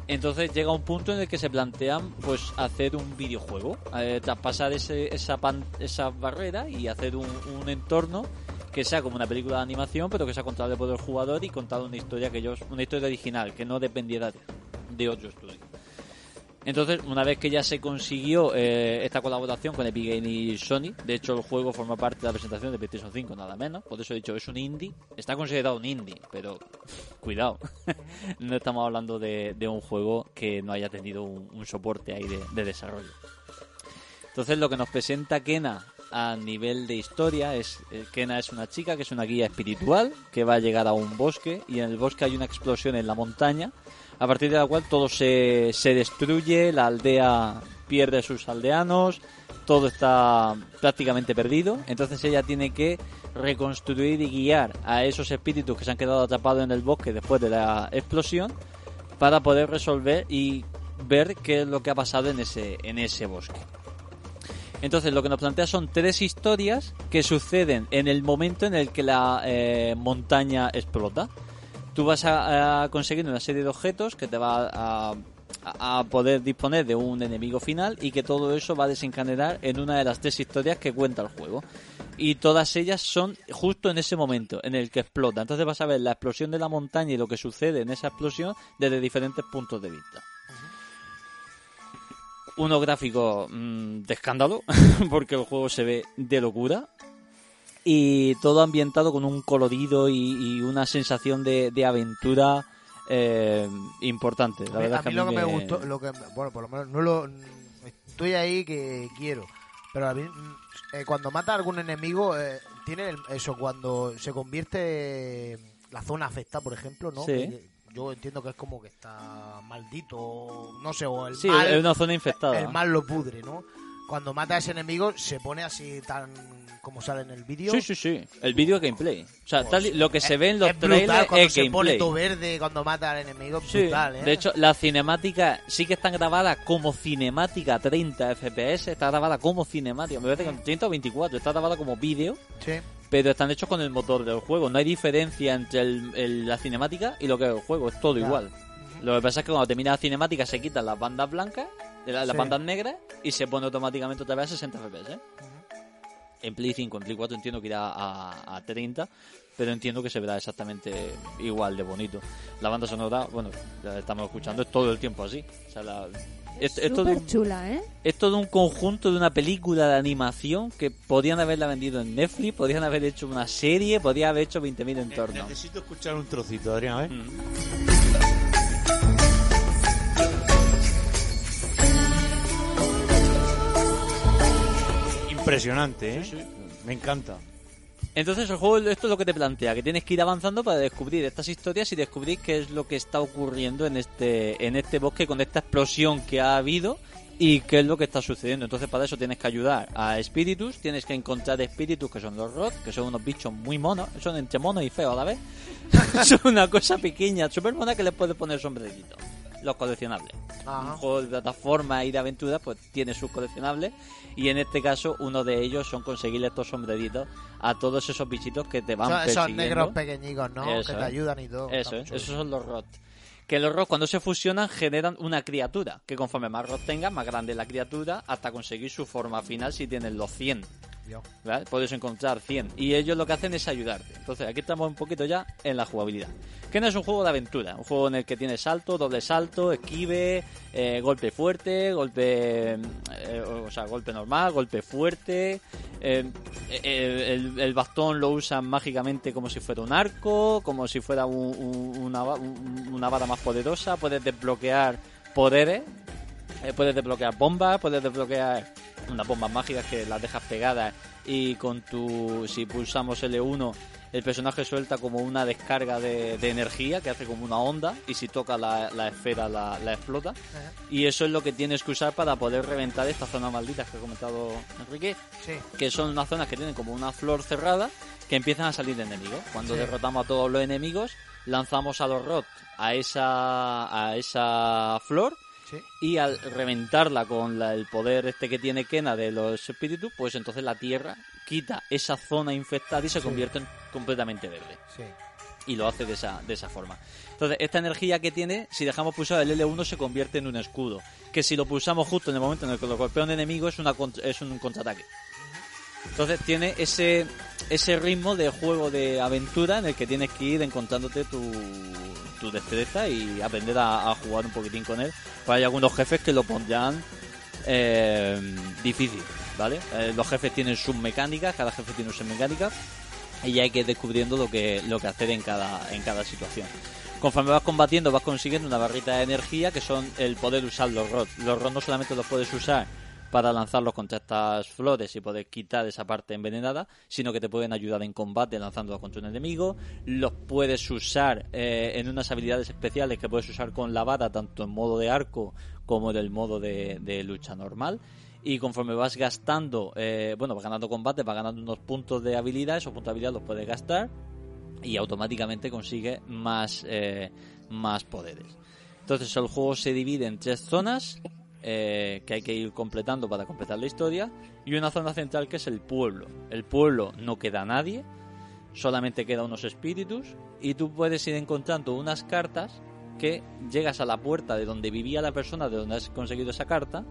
Entonces llega un punto en el que se plantean pues hacer un videojuego, eh, traspasar ese- esa, pan- esa barrera y hacer un, un entorno que sea como una película de animación, pero que sea controlable por el jugador y contar una historia que ellos, una historia original, que no dependiera de, de otro estudio. Entonces, una vez que ya se consiguió eh, esta colaboración con Epic Games y Sony, de hecho el juego forma parte de la presentación de PlayStation 5, nada menos, por eso he dicho, es un indie, está considerado un indie, pero cuidado, no estamos hablando de, de un juego que no haya tenido un, un soporte ahí de, de desarrollo. Entonces, lo que nos presenta Kena a nivel de historia es, eh, Kena es una chica que es una guía espiritual que va a llegar a un bosque y en el bosque hay una explosión en la montaña a partir de la cual todo se, se destruye, la aldea pierde a sus aldeanos, todo está prácticamente perdido. Entonces ella tiene que reconstruir y guiar a esos espíritus que se han quedado atrapados en el bosque después de la explosión para poder resolver y ver qué es lo que ha pasado en ese, en ese bosque. Entonces lo que nos plantea son tres historias que suceden en el momento en el que la eh, montaña explota. Tú vas a, a conseguir una serie de objetos que te va a, a- a poder disponer de un enemigo final y que todo eso va a desencadenar en una de las tres historias que cuenta el juego. Y todas ellas son justo en ese momento en el que explota. Entonces vas a ver la explosión de la montaña y lo que sucede en esa explosión desde diferentes puntos de vista unos gráficos mm, de escándalo, porque el juego se ve de locura. Y todo ambientado con un colorido y, y una sensación de, de aventura eh, importante. A La mí- verdad a es que mí lo que me gustó, lo que, bueno, por lo menos no lo estoy ahí que quiero, pero a mí mm, eh, cuando mata a algún enemigo eh, tiene el- eso cuando se convierte eh, la zona afectada, por ejemplo, ¿no? Sí. Que- yo entiendo que es como que está maldito, no sé, o el Sí, mal, es una zona infectada. el mal lo pudre, ¿no? Cuando mata a ese enemigo se pone así tan como sale en el vídeo. pues, Sí, sí, sí. El vídeo gameplay. O sea, tal y- lo que se ve en los es brutal trailers cuando es se pone gameplay. todo verde cuando mata al enemigo, es Sí. brutal, ¿eh? De hecho, la cinemática sí que está grabada como cinemática 30 FPS, está grabada como cinemática, me parece que en 30 o 24, está grabada como vídeo, Sí. pero están hechos con el motor del juego. No hay diferencia entre el- el- la cinemática y lo que es el juego, es todo Ya. igual. Lo que pasa es que cuando termina la cinemática se quitan las bandas blancas, de la- las Sí. bandas negras, y se pone automáticamente otra vez a 60 FPS. ¿eh? En Play 5, en Play 4 entiendo que irá a, a 30, pero entiendo que se verá exactamente igual de bonito. La banda sonora, bueno, la estamos escuchando, es todo el tiempo así. O sea, la- es- es todo Súper un- chula, ¿eh? es todo un conjunto de una película de animación que podían haberla vendido en Netflix, podían haber hecho una serie, podían haber hecho 20.000 Ne- entornos. Eh, Necesito escuchar un trocito, Adrián, a ver. Impresionante, ¿eh? Me encanta. Entonces el juego esto es lo que te plantea, que tienes que ir avanzando para descubrir estas historias y descubrir qué es lo que está ocurriendo en este, en este bosque con esta explosión que ha habido y qué es lo que está sucediendo. Entonces para eso tienes que ayudar a espíritus, tienes que encontrar espíritus que son los rock, que son unos bichos muy monos, son entre monos y feos a la vez. son una cosa pequeña, súper mona que les puedes poner sombrerito. los coleccionables. Ajá. Un juego de plataforma y de aventuras pues tiene sus coleccionables y en este caso uno de ellos son conseguirle estos sombreritos a todos esos bichitos que te van Son- esos persiguiendo. negros pequeñicos, ¿no? Eso que te es. ayudan y todo. Está Eso es, chulo. esos son los rot. Que los rot cuando se fusionan generan una criatura, que conforme más rot tengas, más grande es la criatura, hasta conseguir su forma final si tienes los 100. Dios. ¿vale? Puedes encontrar 100. Y ellos lo que hacen es ayudarte. Entonces aquí estamos un poquito ya en la jugabilidad. Que no es un juego de aventura, un juego en el que tienes salto, doble salto, esquive, eh, golpe fuerte, golpe... eh, o sea, golpe normal, golpe fuerte. eh, eh, el, el bastón lo usan mágicamente como si fuera un arco, como si fuera un- un- una, va- un- una vara más poderosa. Puedes desbloquear poderes eh, puedes desbloquear bombas, puedes desbloquear unas bombas mágicas que las dejas pegadas y con tu... Si pulsamos L1, el personaje suelta como una descarga de, de energía que hace como una onda y si toca la, la esfera la, la explota. Y eso es lo que tienes que usar para poder reventar estas zonas malditas que ha comentado Enrique Sí. que son unas zonas que tienen como una flor cerrada que empiezan a salir enemigos. Cuando Sí. derrotamos a todos los enemigos, lanzamos a los rot a esa a esa flor Sí. y al reventarla con la- el poder este que tiene Kena de los espíritus, pues entonces la tierra quita esa zona infectada y se convierte en completamente verde Sí. y lo hace de esa, de esa forma. Entonces, esta energía que tiene, si dejamos pulsado el L1, se convierte en un escudo. Que si lo pulsamos justo en el momento en el que lo golpea un enemigo, es, una, cont- es un contraataque. Entonces, tiene ese, ese ritmo de juego de aventura en el que tienes que ir encontrándote tu, tu destreza y aprender a, a jugar un poquitín con él. Pues hay algunos jefes que lo pondrán eh, difícil, ¿vale? Eh, los jefes tienen sus mecánicas, cada jefe tiene sus mecánicas y ya hay que ir descubriendo lo que, lo que hacer en cada, en cada situación. Conforme vas combatiendo, vas consiguiendo una barrita de energía que son el poder usar los rod. Los rod no solamente los puedes usar para lanzarlos contra estas flores y poder quitar esa parte envenenada, sino que te pueden ayudar en combate lanzándolos contra un enemigo. Los puedes usar eh, en unas habilidades especiales que puedes usar con la vara, tanto en modo de arco como en el modo de, de lucha normal y conforme vas gastando, eh, bueno, vas ganando combate, vas ganando unos puntos de habilidad, esos puntos de habilidad los puedes gastar y automáticamente consigues más, eh, más poderes. Entonces el juego se divide en tres zonas eh, que hay que ir completando para completar la historia y una zona central que es el pueblo. El pueblo no queda nadie, solamente queda unos espíritus y tú puedes ir encontrando unas cartas que llegas a la puerta de donde vivía la persona, de donde has conseguido esa carta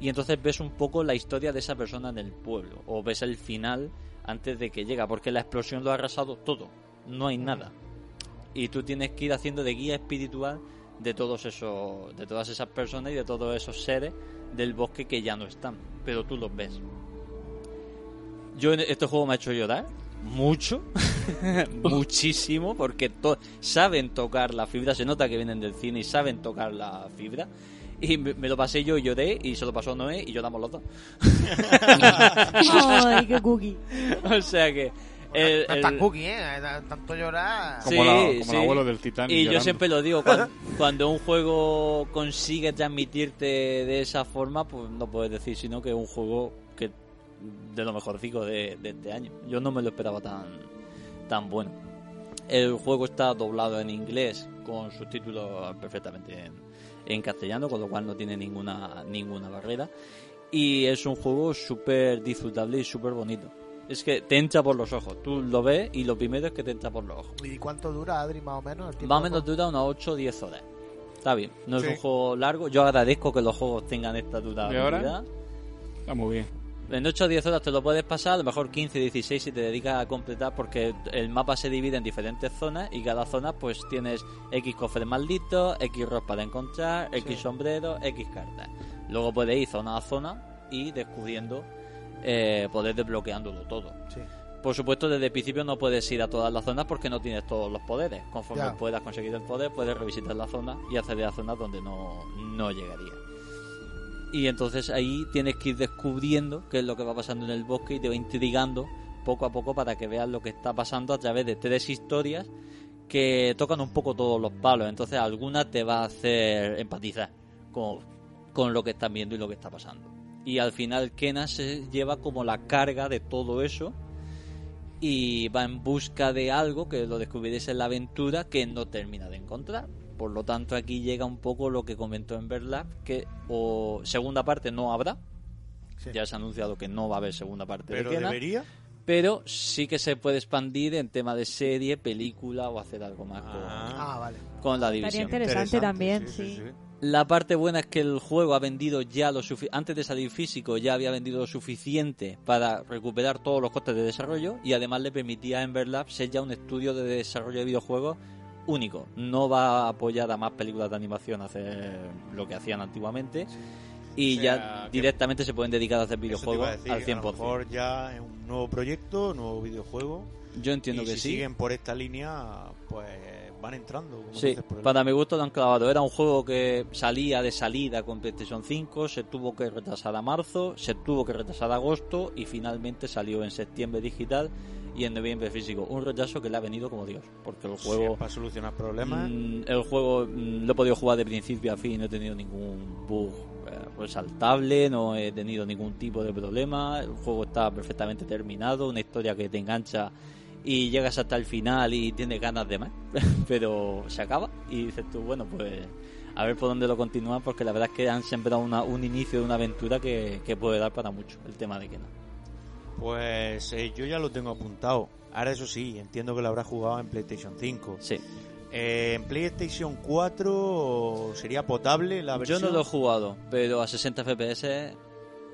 y entonces ves un poco la historia de esa persona en el pueblo o ves el final antes de que llega porque la explosión lo ha arrasado todo, no hay nada y tú tienes que ir haciendo de guía espiritual de todos esos de todas esas personas y de todos esos seres del bosque que ya no están pero tú los ves yo en este juego me ha hecho llorar mucho muchísimo porque to- saben tocar la fibra se nota que vienen del cine y saben tocar la fibra y me, me lo pasé yo y lloré y se lo pasó Noé y lloramos los dos Ay, qué cookie. o sea que el- no es tan el- cookie, ¿eh? Eh, Tanto llorar. Como, la- como el abuelo del Titanic Y yo llorando. siempre lo digo, cuan- cuando, un juego consigue transmitirte de esa forma, pues no puedes decir sino que es un juego que de lo mejorcico de, de este año. Yo no me lo esperaba tan, tan bueno. El juego está doblado en inglés con subtítulos perfectamente en, en castellano, con lo cual no tiene ninguna, ninguna barrera. Y es un juego súper disfrutable y súper bonito. Es que te entra por los ojos. Tú lo ves y lo primero es que te entra por los ojos. ¿Y cuánto dura, Adri, más o menos? el tiempo Más o de menos juego? dura unas 8 o 10 horas. Está bien, no Sí. es un juego largo. Yo agradezco que los juegos tengan esta durabilidad. Está muy bien. En 8 o 10 horas te lo puedes pasar, a lo mejor 15, 16 si te dedicas a completar porque el mapa se divide en diferentes zonas y cada zona pues tienes X cofres malditos, X ropa para encontrar, X sombreros, X cartas. Luego puedes ir zona a zona y descubriendo, eh, poder desbloqueándolo todo. Sí. Por supuesto, desde el principio no puedes ir a todas las zonas porque no tienes todos los poderes. Conforme Ya. puedas conseguir el poder, puedes revisitar la zona y acceder a zonas donde no, no llegaría. Y entonces ahí tienes que ir descubriendo qué es lo que va pasando en el bosque y te va intrigando poco a poco para que veas lo que está pasando a través de tres historias que tocan un poco todos los palos. Entonces alguna te va a hacer empatizar con, con lo que estás viendo y lo que está pasando. Y al final Kena se lleva como la carga de todo eso y va en busca de algo que lo descubriréis en la aventura que no termina de encontrar. Por lo tanto, aquí llega un poco lo que comentó en Verlap, que o segunda parte no habrá. Sí. Ya se ha anunciado que no va a haber segunda parte Pero de Kena, debería. pero sí que se puede expandir en tema de serie, película o hacer algo más con- Ah, vale. con, la Estaría división. interesante, también, sí. La parte buena es que el juego ha vendido ya lo suficiente, antes de salir físico ya había vendido lo suficiente para recuperar todos los costes de desarrollo y además le permitía a Emberlab ser ya un estudio de desarrollo de videojuegos único. No va a apoyar a más películas de animación a hacer lo que hacían antiguamente y O sea, ya que- directamente se pueden dedicar a hacer Eso te iba videojuegos a decir, al a lo 100%. mejor ya es un nuevo proyecto, nuevo videojuego. Yo entiendo y que si sí. siguen por esta línea, pues van entrando. como Sí, dices, por el- para mi gusto lo han clavado. Era un juego que salía de salida con PlayStation 5, se tuvo que retrasar a marzo, se tuvo que retrasar a agosto y finalmente salió en septiembre digital y en noviembre físico. Un retraso que le ha venido como Dios, porque el si es juego... para solucionar problemas. mm, el juego mm, lo he podido jugar de principio a fin, no he tenido ningún bug eh, resaltable, no he tenido ningún tipo de problema, el juego está perfectamente terminado, una historia que te engancha y llegas hasta el final y tienes ganas de más, pero se acaba y dices tú, bueno, pues a ver por dónde lo continúan, porque la verdad es que han sembrado una- un inicio de una aventura que, que puede dar para mucho, el tema de que no. Pues eh, yo ya lo tengo apuntado. Ahora eso sí, entiendo que lo habrá jugado en PlayStation 5. Sí. Eh, en PlayStation 4 sería potable la Yo versión. no lo he jugado, pero a 60 FPS...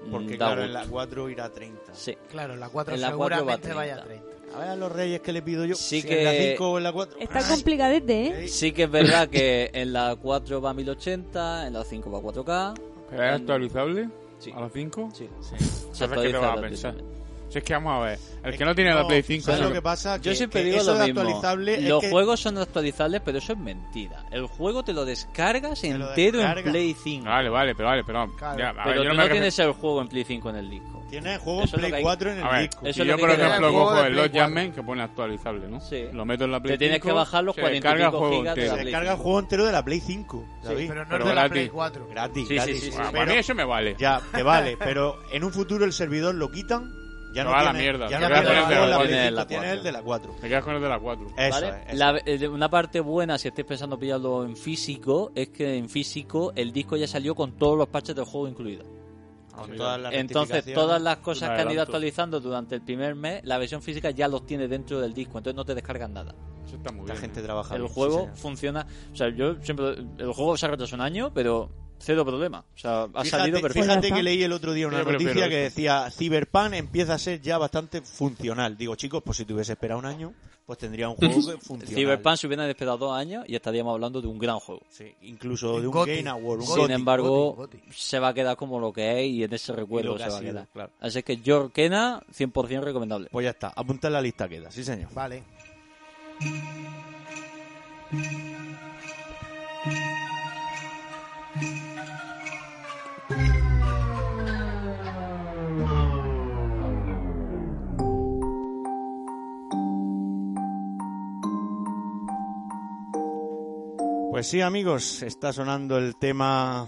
mm, Porque da claro, en gusto. la 4 irá a 30. Sí. Claro, en la 4 En la cuatro va seguramente vaya a 30. 30. A ver a los reyes que le pido yo. Sí Si que- en la 5 o en la 4. Está complicadete, ¿eh? Ey, Sí que es verdad que en la 4 va a 1080, en la 5 va a 4K. ¿Es actualizable? Eh, Sí. ¿A las 5? Sí. A ver qué te vas a pensar. Si es que vamos a ver. El que no tiene la Play 5... ¿Sabes no- lo que pasa? Yo Que- siempre que digo eso lo de mismo. actualizable es Los que- juegos son actualizables, pero eso es mentira. El juego te lo descargas lo entero en descargas. Play 5. Vale, vale, pero vale, pero... Claro. ya, a ver, pero yo tú no no, me refiero- tienes el juego en Play 5 en el disco. Tiene juegos Eso es lo Play que hay. 4 en el A ver, disco. Eso si es yo lo por que quería ejemplo decir. cojo Juego de el Play Los cuatro. Jammen que pone actualizable, ¿no? Sí. Lo meto en la Play Te tienes 5, que bajar los se 40 y descarga el pico juego gigas de la entero. Se Play descarga el cinco. juego entero de la Play 5. David. Pero no Pero es de la gratis. Play 4. Gratis, Sí, sí, gratis. sí, sí, Bueno, Pero- a mí eso me vale. Ya, te vale, pero en un futuro el servidor lo quitan. Ya Se no va a tiene, la Ya mierda, te no voy a tiene el poner juego de la la Play cuatro. 5, tiene el de la 4. Te quedas con el de la 4. Eso ¿Vale? es. eso La- eh, una parte buena, si estáis pensando pillarlo en físico, es que en físico el disco ya salió con todos los parches del juego incluidos. es. Con todas las Entonces, rectificaciones. todas las Un cosas que han ido adelanto. actualizando durante el primer mes, la versión física ya los tiene dentro del disco, entonces no te descargan nada. Eso está muy La bien. gente trabaja. el bien, sí, juego señor. funciona, o sea, yo siempre el juego se ha retrasado un año, pero cero problema, o sea, ha salido Fíjate, perfecto. fíjate que leí el otro día una Yo prefiero noticia que eso. decía Cyberpunk empieza a ser ya bastante funcional. Digo, chicos, pues si tuviese esperado un año, pues tendría un juego que El funcional. Cyberpunk se hubieran esperado dos años y estaríamos hablando de un gran juego. Sí, incluso de un Gothic. Game Award, Gothic, un Gothic. Sin embargo, Gothic, Gothic. se va a quedar como lo que es y en ese Y lo recuerdo que se ha va a sido, quedar. claro. Así que Yorkena, 100% recomendable. Pues ya está, apunta en la lista queda, sí señor. Vale. Pues sí, amigos, está sonando el tema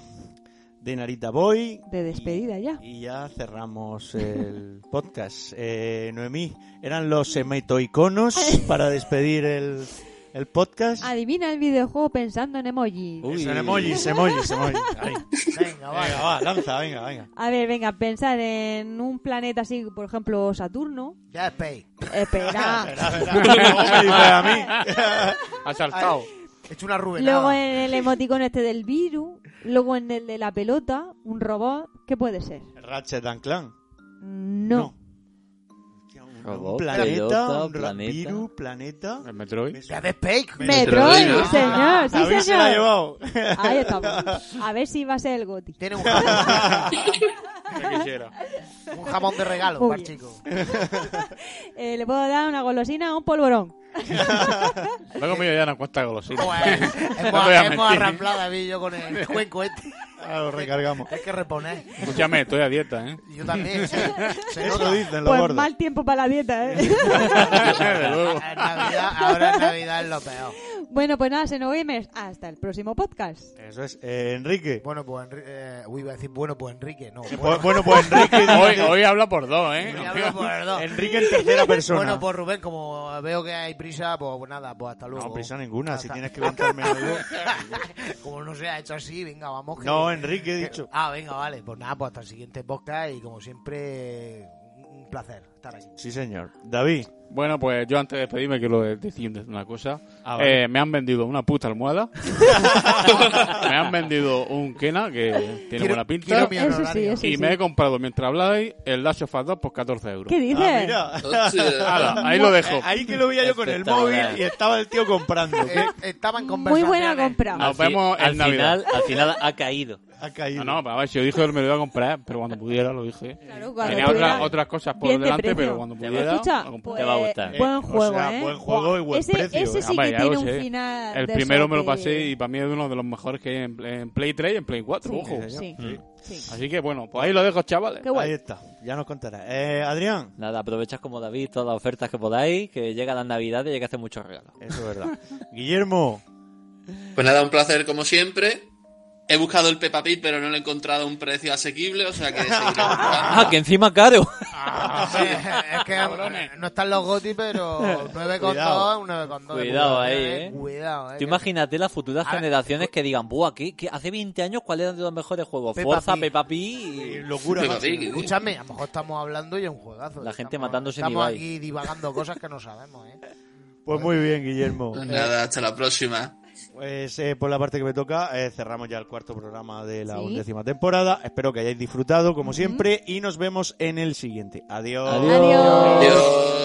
de Narita Boy. De despedida Y- ya. Y ya cerramos el podcast. Eh, Noemí, eran los semitoiconos para despedir el, el podcast. Adivina el videojuego pensando en emoji. Uy. Son emojis, emojis, emojis. Ahí. Venga, Venga, vaya. va, lanza, venga, venga. A ver, venga, pensar en un planeta así, por ejemplo, Saturno. Ya es Pay. Espera. No me dices a mí. Ha saltado. He hecho una Rubén. Luego en el emoticón este del virus. Luego en el de la pelota, un robot. ¿Qué puede ser? Ratchet and Clank. No. Un Robot, planeta, pelota, un ra- planeta. virus, planeta. El Metroid. Ya es Pay. Metroid, Metroid, ¿no? señor. Sí, David se la ha señor. llevado. Ahí estamos. A ver si va a ser el goti. Tiene un jamón, Ya quisiera. un jamón de regalo Muy para el bien. chico. Eh, Le puedo dar una golosina o un polvorón. Me he comido ya unas cuantas golosinas. Pues, te hemos voy a hemos mentir. arramplado a mí yo con el cuenco este. Ahora Ah, lo recargamos. Hay que reponer. Escúchame, estoy a dieta, ¿eh? Yo también. sí. Se Eso nota. dicen los Pues gordos. mal tiempo para la dieta, ¿eh? Desde luego. En Navidad, ahora en Navidad es lo peor. Bueno, pues nada, Xenogamers, hasta el próximo podcast. Eso es. Eh, Enrique. Bueno, pues Enrique. Eh, uy, iba a decir bueno, pues Enrique. No. Bu- Bueno, pues Enrique. Hoy, hoy habla por dos, ¿eh? Bueno, hablo por los dos. Enrique en tercera persona. Bueno, pues Rubén, como veo que hay prisa, pues nada, pues hasta luego. No, prisa ninguna, si Hasta- tienes que contarme algo. Como no se ha hecho así, venga, vamos. que- No, Enrique, he dicho. Ah, venga, vale. Pues nada, pues hasta el siguiente podcast y como siempre, un placer estar aquí. Sí, señor. David. Bueno, pues yo antes de despedirme quiero de- decir una cosa. Ah, vale. Eh, me han vendido una puta almohada. me han vendido un Kena que tiene Quiero- buena pinta. quiero mi Eso sí, honorario. eso y sí. me he comprado, mientras habláis, el Dash of Us 2 por 14 euros. ¿Qué dices? Ah, mira. Hostia. Ala, ahí lo dejo. Eh, Ahí que lo veía yo con el Espectacular. móvil y estaba el tío comprando. Eh, ¿Qué Estaba en Muy conversaciones. buena compra. Ah, Nos vemos en al Navidad. final, al final ha caído. ha caído? No, no, pero a ver, si yo dije que me lo iba a comprar, pero cuando pudiera lo dije. Claro, cuando Tenía pudiera. otras- otras cosas por Bien de delante, precio. pero cuando Te va- pudiera. Escucha, lo compré. pues, Te va a gustar. Buen Eh, juego, o sea, ¿eh? buen juego y buen ese, precio, Ese ¿eh? sí Hombre, que ya tiene lo un sé. final. El de primero esos me lo que- pasé y para mí es uno de los mejores que hay en, en Play 3 y en Play 4, Sí, ojo. sí, sí. Así que bueno, pues ahí lo dejo, chavales. Qué guay. Ahí está, ya nos contará. Eh, Adrián. Nada, aprovechad como David todas las ofertas que podáis, que llega las navidades y hay que hacer muchos regalos. Eso es verdad. Guillermo. Pues nada, un placer como siempre. He buscado el Peppa Pig, pero no lo he encontrado a un precio asequible, o sea que seguiré buscando. ¡Ah, que encima caro! es que eh, no están los goti, pero 9,2 Cuidado. un 9,2. de Cuidado pulgadas, ahí, eh. eh. Cuidado, eh. Tú imagínate las futuras A ver, generaciones que digan, ¡buah! ¿qué, qué- hace 20 años cuáles eran de los mejores juegos? Peppa Forza, Pig. Peppa Pig. y- Locura. Peppa máxima. Pig. Escúchame, a lo mejor estamos hablando y es un juegazo. La gente Estamos- matándose en Estamos Ibai. aquí divagando cosas que no sabemos, eh. Pues muy bien, Guillermo. Pues nada, hasta la próxima. Pues eh, por la parte que me toca, eh, cerramos ya el cuarto programa de la Sí. undécima temporada. Espero que hayáis disfrutado, como siempre, y nos vemos en el siguiente. Adiós. Adiós. Adiós.